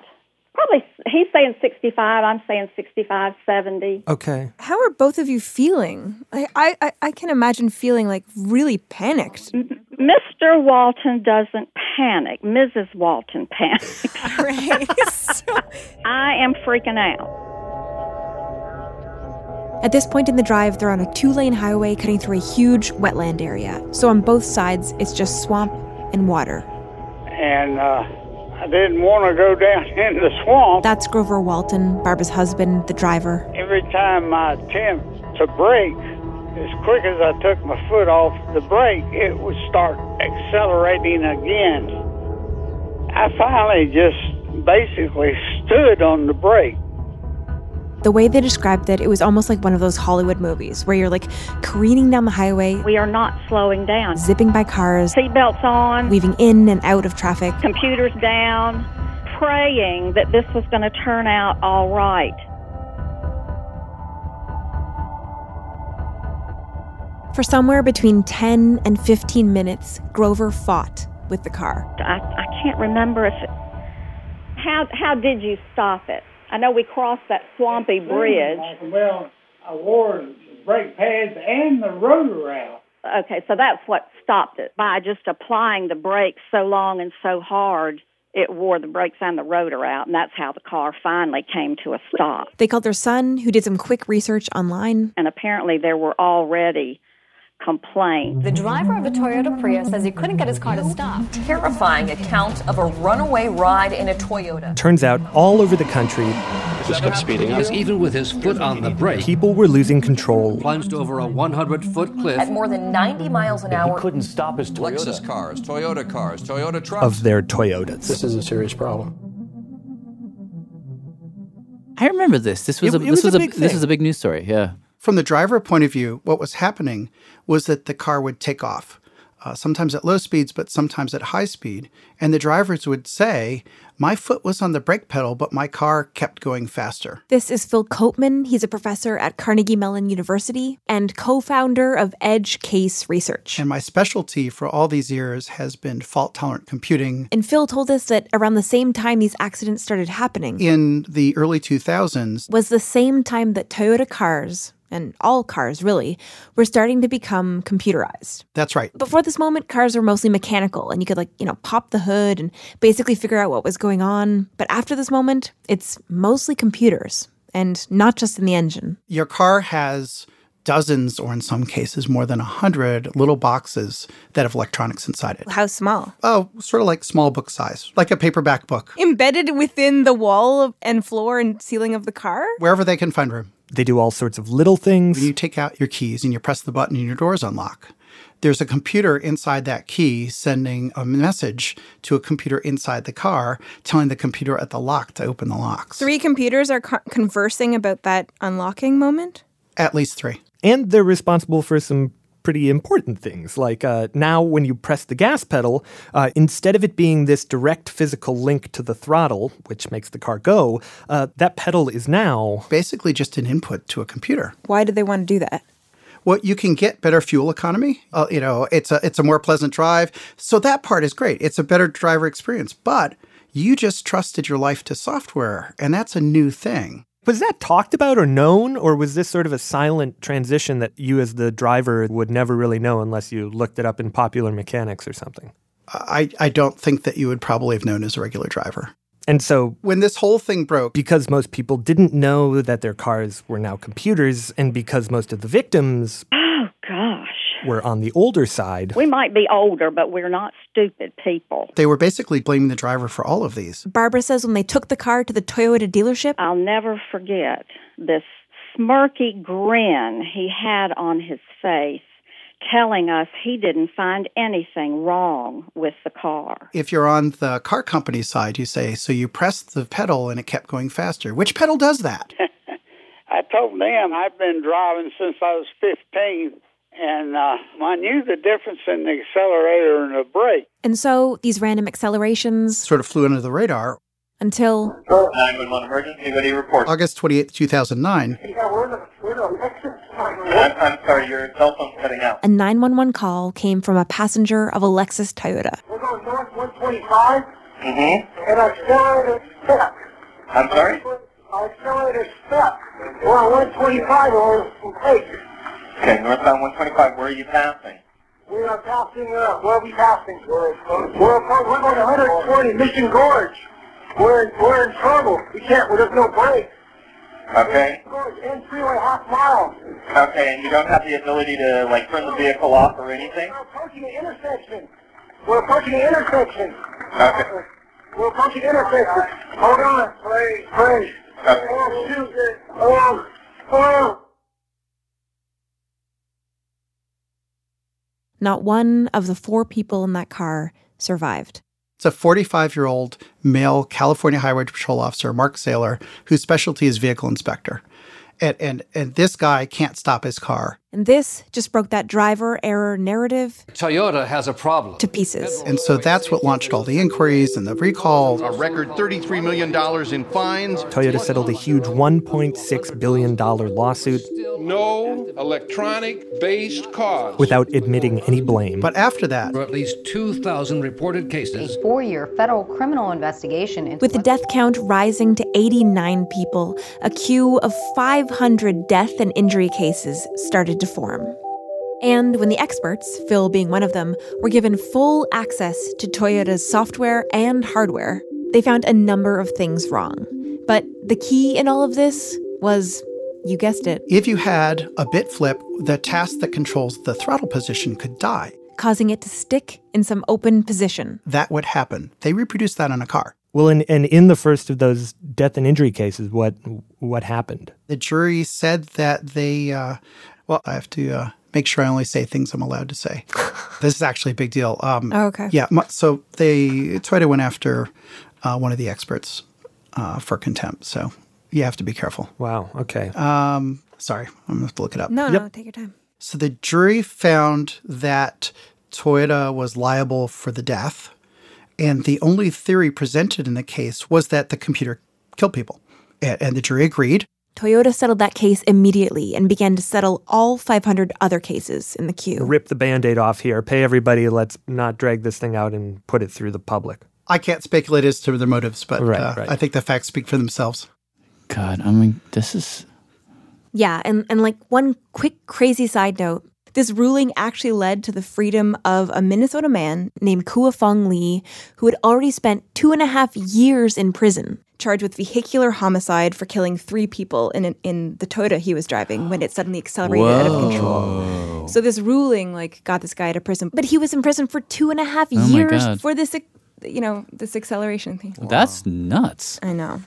Speaker 1: Probably he's saying 65, I'm saying 65, 70.
Speaker 7: Okay.
Speaker 5: How are both of you feeling? I, I, I- I can imagine feeling like really panicked.
Speaker 1: Mr. Walton doesn't panic. Mrs. Walton panics. (laughs) I am freaking out.
Speaker 5: At this point in the drive, they're on a two lane highway cutting through a huge wetland area. So on both sides, it's just swamp and water.
Speaker 15: And uh, I didn't want to go down (laughs) in the swamp.
Speaker 5: That's Grover Walton, Barbara's husband, the driver.
Speaker 15: Every time I attempt to brake, as quick as I took my foot off the brake, it would start accelerating again. I finally just basically stood on the brake.
Speaker 5: The way they described it, it was almost like one of those Hollywood movies where you're like careening down the highway.
Speaker 1: We are not slowing down.
Speaker 5: Zipping by cars.
Speaker 1: Seatbelts on.
Speaker 5: Weaving in and out of traffic.
Speaker 1: Computers down, praying that this was going to turn out all right.
Speaker 5: For somewhere between 10 and 15 minutes, Grover fought with the car.
Speaker 1: I, I can't remember if it, how how did you stop it? I know we crossed that swampy bridge.
Speaker 15: Well, I wore the brake pads and the rotor out.
Speaker 1: Okay, so that's what stopped it by just applying the brakes so long and so hard. It wore the brakes and the rotor out, and that's how the car finally came to a stop.
Speaker 5: They called their son, who did some quick research online.
Speaker 1: And apparently, there were already complaints.
Speaker 17: The driver of a Toyota Prius says he couldn't get his car to stop. Terrifying account of a runaway ride in a Toyota.
Speaker 7: Turns out all over the country,
Speaker 19: Just kept speeding up. Even with his foot on the brake,
Speaker 7: people were losing control.
Speaker 19: plunged over a 100-foot cliff.
Speaker 17: At more than 90 miles an hour.
Speaker 19: couldn't stop his Toyota. Lexus cars, Toyota cars, Toyota trucks.
Speaker 7: Of their Toyotas. This
Speaker 19: is a serious problem. I remember this. This was
Speaker 22: It-
Speaker 19: a
Speaker 22: it
Speaker 19: this
Speaker 22: was
Speaker 19: was,
Speaker 22: a
Speaker 19: a,
Speaker 22: big
Speaker 19: this
Speaker 22: thing.
Speaker 19: was a big news story. Yeah.
Speaker 22: From the driver point of view, what was happening was that the car would take off, uh, sometimes at low speeds, but sometimes at high speed. And the drivers would say, My foot was on the brake pedal, but my car kept going faster.
Speaker 5: This is Phil Copeman. He's a professor at Carnegie Mellon University and co founder of Edge Case Research.
Speaker 22: And my specialty for all these years has been fault tolerant computing.
Speaker 5: And Phil told us that around the same time these accidents started happening
Speaker 22: In the early 2000s,
Speaker 5: was the same time that Toyota cars and all cars really, were starting to become computerized.
Speaker 22: That's right.
Speaker 5: Before this moment, cars were mostly mechanical and you could, like, you know, pop the hood and basically figure out what was going on. But after this moment, it's mostly computers and not just in the engine.
Speaker 22: Your car has dozens, or in some cases more than a hundred, little boxes that have electronics inside it.
Speaker 5: How small?
Speaker 22: Oh, sort of like small book size, like a paperback book,
Speaker 5: Embedded within the wall of- and floor and ceiling of the car?
Speaker 22: wherever they can find room.
Speaker 7: They do all sorts of little things.
Speaker 22: When you take out your keys and you press the button and your doors unlock, there's a computer inside that key sending a message to a computer inside the car, telling the computer at the lock to open the locks.
Speaker 5: Three computers are co- conversing about that unlocking moment?
Speaker 22: At least three.
Speaker 7: And they're responsible for some pretty important things. Like uh, now, when you press the gas pedal, uh, instead of it being this direct physical link to the throttle, which makes the car go, uh, that pedal is now.
Speaker 22: Basically, just an input to a computer.
Speaker 5: Why did they want to do that?
Speaker 22: Well, you can get better fuel economy. Uh, you know, it's a it's a more pleasant drive. So that part is great. It's a better driver experience. But you just trusted your life to software, and that's a new thing.
Speaker 7: Was that talked about or known, or was this sort of a silent transition that you, as the driver, would never really know unless you looked it up in popular mechanics or something?
Speaker 22: I, I don't think that you would probably have known as a regular driver.
Speaker 7: And so,
Speaker 22: When this whole thing broke,
Speaker 7: because most people didn't know that their cars were now computers, and because most of the victims
Speaker 1: Oh, gosh.
Speaker 7: were on the older side,
Speaker 1: We might be older, but we're not stupid people.
Speaker 22: they were basically blaming the driver for all of these.
Speaker 5: Barbara says when they took the car to the Toyota dealership,
Speaker 1: I'll never forget this smirky grin he had on his face, telling us he didn't find anything wrong with the car.
Speaker 22: If you're on the car company side, you say, so you pressed the pedal and it kept going faster. Which pedal does that?
Speaker 15: I told them I've been driving since I was 15, and uh, I knew the difference in the accelerator and the brake.
Speaker 5: and so these random accelerations
Speaker 22: sort of flew under the radar.
Speaker 5: until
Speaker 22: August 28th, 2009,
Speaker 2: I'm sorry, your cell phone's cutting out.
Speaker 5: a 911 call came from a passenger of a Lexus Toyota.
Speaker 2: We're going north 125. Mm-hmm. And our accelerator's stuck. I'm sorry? Our accelerator's stuck. We're on 125 or some plates. Okay, northbound 125, where are you passing? We are passing, uh, where are we passing? We're, we're, appro- we're going 120, Mission Gorge. We're in, we're in trouble. We can't, well, there's no brakes. Okay. In freeway half mile. Okay, and you don't have the ability to like turn the vehicle off or anything? We're approaching the intersection. We're approaching the intersection. Okay. We're approaching the intersection. Hold on. Please. Please. Okay. Oh, shoot. Oh, oh.
Speaker 5: Not one of the four people in that car survived.
Speaker 22: It's a 45 year old male California Highway Patrol officer, Mark Saylor, whose specialty is vehicle inspector. And, and, and this guy can't stop his car.
Speaker 5: And this just broke that driver error narrative
Speaker 19: Toyota has a problem.
Speaker 5: to pieces.
Speaker 22: And so that's what launched all the inquiries and the recall.
Speaker 4: A record $33 million in fines.
Speaker 7: Toyota settled a huge $1.6 billion lawsuit
Speaker 4: No electronic based cause.
Speaker 7: without admitting any blame.
Speaker 22: But after that,
Speaker 6: at least 2,000 reported cases.
Speaker 10: four year federal criminal investigation into
Speaker 5: With the death count rising to 89 people, a queue of 500 death and injury cases started to form. And when the experts, Phil being one of them, were given full access to Toyota's software and hardware, they found a number of things wrong. But the key in all of this was, you guessed it,
Speaker 22: if you had a bit flip, the task that controls the throttle position could die.
Speaker 5: causing it to stick in some open position.
Speaker 22: That would happen. They reproduced that on a car.
Speaker 7: Well, and, and in the first of those death and injury cases, what what happened?
Speaker 22: The jury said that they, uh, well, I have to uh, make sure I only say things I'm allowed
Speaker 7: (laughs)
Speaker 22: to say. this is actually a big deal. Um,
Speaker 5: Oh, okay.
Speaker 22: Yeah. mu- So they, Toyota went after uh, one of the experts uh, for contempt. So you have to be careful.
Speaker 7: Wow. Okay.
Speaker 22: Um, sorry, I'm going to have to look it up.
Speaker 5: No, no, take your time.
Speaker 22: So the jury found that Toyota was liable for the death. And the only theory presented in the case was that the computer killed people. And, and the jury agreed.
Speaker 5: Toyota settled that case immediately and began to settle all 500 other cases in the queue.
Speaker 7: Rip the band aid off here. Pay everybody. Let's not drag this thing out and put it through the public.
Speaker 22: I can't speculate as to their motives, but
Speaker 7: Right,
Speaker 22: uh,
Speaker 7: right.
Speaker 22: I think the facts speak for themselves.
Speaker 9: God, I mean, this is
Speaker 5: Yeah, and, and like one quick crazy side note this ruling actually led to the freedom of a Minnesota man named Kuofeng Lee, who had already spent two and a half years in prison, charged with vehicular homicide for killing three people in, an, in the Toyota he was driving when it suddenly accelerated out of control. So this ruling like got this guy out of prison, but he was in prison for two and a half
Speaker 9: Oh my God.
Speaker 5: years for this, you know, this acceleration thing.
Speaker 9: That's nuts.
Speaker 5: I know.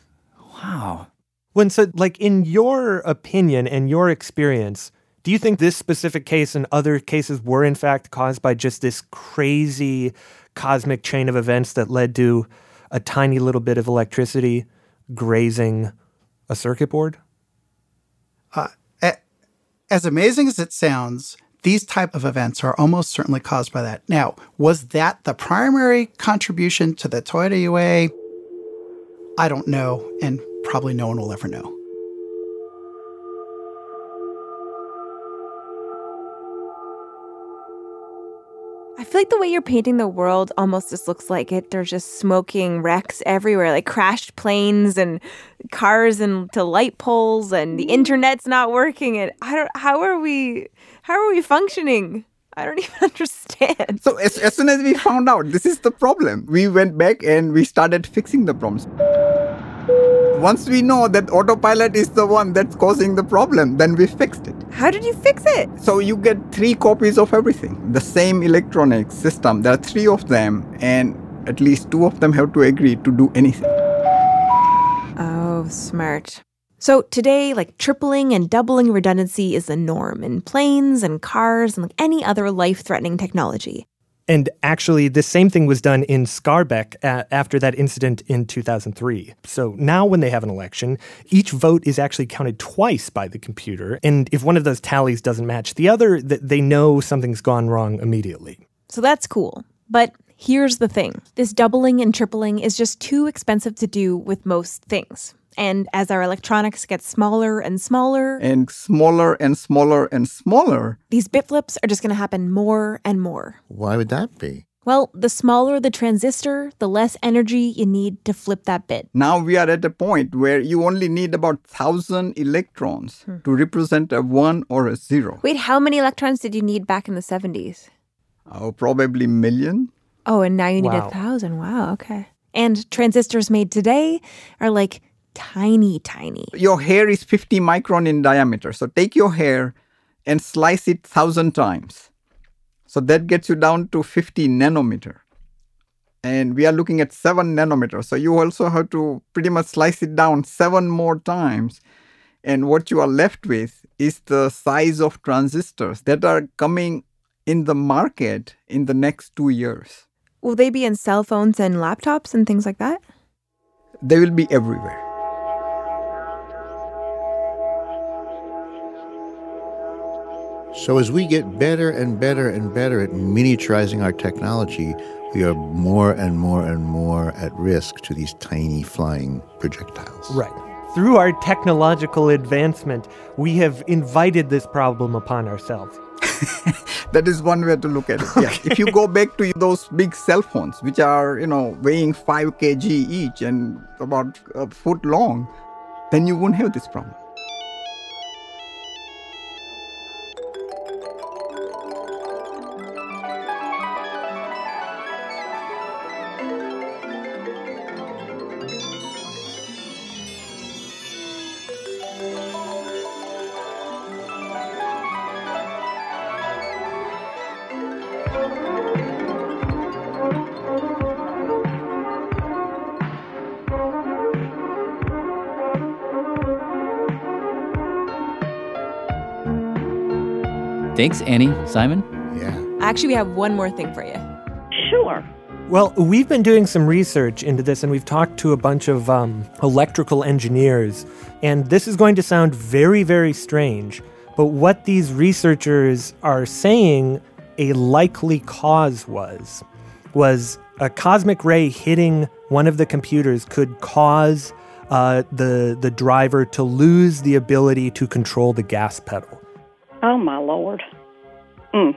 Speaker 9: Wow.
Speaker 7: When so, like in your opinion and your experience, do you think this specific case and other cases were in fact caused by just this crazy cosmic chain of events that led to a tiny little bit of electricity grazing a circuit board?
Speaker 22: Uh, a- as amazing as it sounds, these type of events are almost certainly caused by that. Now, was that the primary contribution to the Toyota UA? I don't know, and probably no one will ever know.
Speaker 5: I feel like the way you're painting the world almost just looks like it. There's just smoking wrecks everywhere, like crashed planes and cars and to light poles, and the internet's not working. And I don't. How are we? How are we functioning? I don't (laughs) even understand.
Speaker 21: So as, as soon as we found out this is the problem, we went back and we started fixing the problems. Once we know that autopilot is the one that's causing the problem, then we fixed it.
Speaker 5: How did you fix it?
Speaker 21: So you get three copies of everything. The same electronic system. There are three of them, and at least two of them have to agree to do anything.
Speaker 5: Oh, smart. So today, like tripling and doubling redundancy is the norm in planes and cars and like any other life-threatening technology.
Speaker 7: And actually, the same thing was done in Scarbeck a- after that incident in 2003. So now, when they have an election, each vote is actually counted twice by the computer. And if one of those tallies doesn't match the other, th- they know something's gone wrong immediately.
Speaker 5: So that's cool. But here's the thing this doubling and tripling is just too expensive to do with most things. And as our electronics get smaller and smaller,
Speaker 21: And smaller and smaller and smaller.
Speaker 5: these bit flips are just going to happen more and more.
Speaker 21: Why would that be?
Speaker 5: Well, the smaller the transistor, the less energy you need to flip that bit.
Speaker 21: Now we are at a point where you only need about 1,000 electrons to represent a 1 or a 0.
Speaker 5: Wait, how many electrons did you need back in the 70s?
Speaker 21: Oh, probably million.
Speaker 5: Oh, and now you need
Speaker 21: Wow.
Speaker 5: a thousand. Wow, okay. And transistors made today are like tiny, tiny.
Speaker 21: Your hair is 50 micron in diameter. So take your hair and slice it 1,000 times. So that gets you down to 50 nanometer. And we are looking at 7 nanometer. So you also have to pretty much slice it down 7 more times. And what you are left with is the size of transistors that are coming in the market in the next two years.
Speaker 5: Will they be in cell phones and laptops and things like that?
Speaker 21: They will be everywhere.
Speaker 8: So as we get better and better and better at miniaturizing our technology, we are more and more and more at risk to these tiny flying projectiles.
Speaker 7: Right. Through our technological advancement, we have invited this problem upon ourselves.
Speaker 21: That is one way to look at it. Yeah. If you go back to those big cell phones, which are, you know, weighing 5 kg each and about a foot long, then you won't have this problem.
Speaker 9: Thanks, Annie. Simon?
Speaker 5: Actually, we have one more thing for you.
Speaker 1: Sure.
Speaker 7: Well, we've been doing some research into this and we've talked to a bunch of um, electrical engineers. And this is going to sound very, very strange, but what these researchers are saying a likely cause was was a cosmic ray hitting one of the computers could cause uh, the the driver to lose the ability to control the gas pedal.
Speaker 1: Oh my lord. Mm.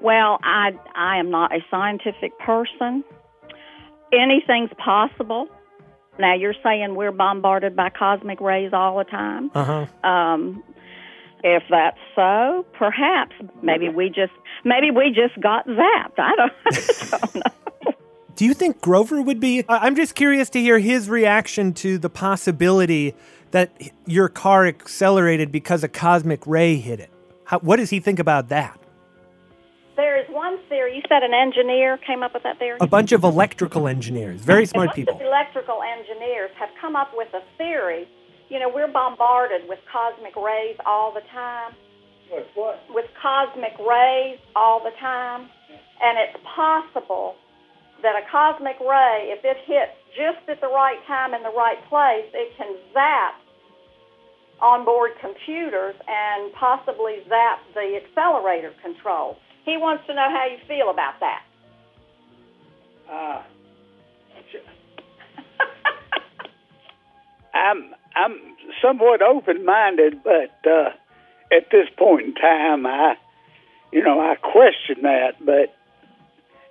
Speaker 1: Well, I I am not a scientific person. Anything's possible. Now you're saying we're bombarded by cosmic rays all the time.
Speaker 7: Uh huh.
Speaker 1: Um, if that's so, perhaps maybe we just maybe we just got zapped. I don't. (laughs)
Speaker 7: Do you think Grover would be? I- I'm just curious to hear his reaction to the possibility that h- your car accelerated because a cosmic ray hit it. How, what does he think about that?
Speaker 1: There is one theory. You said an engineer came up with that theory.
Speaker 7: A bunch of electrical engineers, very smart
Speaker 1: A
Speaker 7: people.
Speaker 1: bunch of electrical engineers have come up with a theory. You know, we're bombarded with cosmic rays all the time. With what? With cosmic rays all the time. And it's possible that a cosmic ray, if it hits just at the right time in the right place, it can zap onboard computers and possibly zap the accelerator control. He wants to know how you feel about that.
Speaker 15: Uh, (laughs) I'm I'm somewhat open-minded, but uh, at this point in time, I, you know, I question that, but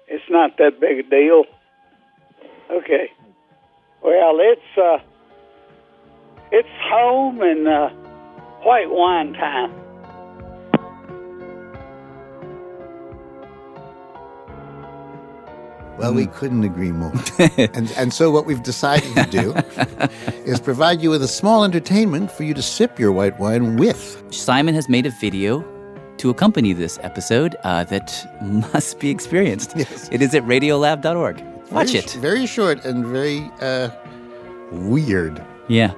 Speaker 15: it's not that big a deal. Okay. Well, it's uh, it's home and uh, white wine time.
Speaker 8: Well,
Speaker 9: Mm.
Speaker 8: we couldn't agree
Speaker 9: (laughs)
Speaker 8: more. and, and so, what we've decided to do is provide you with a small entertainment for you to sip your white wine with.
Speaker 9: Simon has made a video to accompany this episode uh, that (laughs) must be experienced. It is at radiolab.org. Watch
Speaker 8: Very
Speaker 9: it.
Speaker 8: sh- Very short and very uh, weird. Hmm.
Speaker 9: Yeah.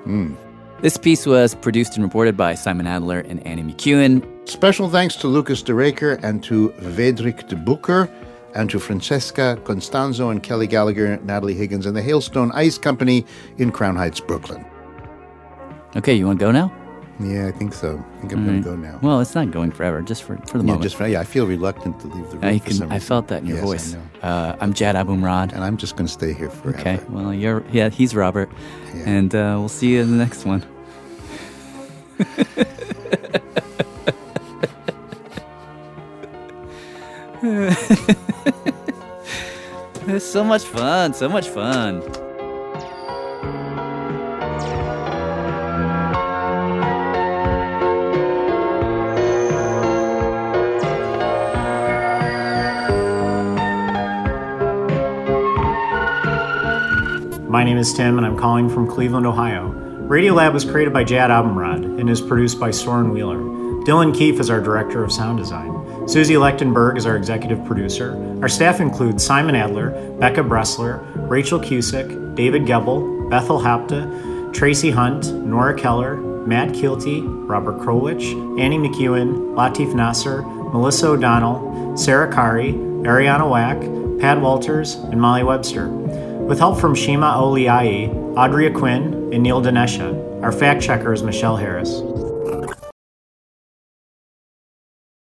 Speaker 9: This piece was produced and reported by Simon Adler and Annie McEwen.
Speaker 8: Special thanks to Lucas de Raker and to Vedrik de Booker and to Francesca Constanzo and Kelly Gallagher, Natalie Higgins, and the Hailstone Ice Company in Crown Heights, Brooklyn.
Speaker 9: Okay, you want to go now?
Speaker 8: Yeah, I think so. I think I'm going to go now.
Speaker 9: Well, it's not going forever, just for, for the
Speaker 8: Yeah,
Speaker 9: moment.
Speaker 8: just for- yeah, I feel reluctant to leave the room.
Speaker 9: I,
Speaker 8: for some
Speaker 9: can, I
Speaker 8: reason.
Speaker 9: felt that in your
Speaker 8: Yes, I
Speaker 9: voice.
Speaker 8: know.
Speaker 9: Uh, I'm Jad Abumrad.
Speaker 8: And I'm just going to stay here forever.
Speaker 9: Okay, well, you're, yeah, he's Robert. And uh, we'll see you in the next one. (laughs)
Speaker 22: (laughs)
Speaker 9: It's so much fun, so much fun.
Speaker 3: My name is Tim, and I'm calling from Cleveland, Ohio. Radiolab was created by Jad Abumrad and is produced by Soren Wheeler. Dylan Keefe is our director of sound design. Susie Lechtenberg is our executive producer. Our staff includes Simon Adler, Becca Bressler, Rachel Cusick, David Gebel, Bethel Hapta, Tracy Hunt, Nora Keller, Matt Kilty, Robert Krolwich, Annie McEwen, Latif Nasser, Melissa O'Donnell, Sarah Kari, Ariana Wack, Pat Walters, and Molly Webster. With help from Shima Oliai, Audrey Quinn, and Neil Dinesha. Our fact checker is Michelle Harris.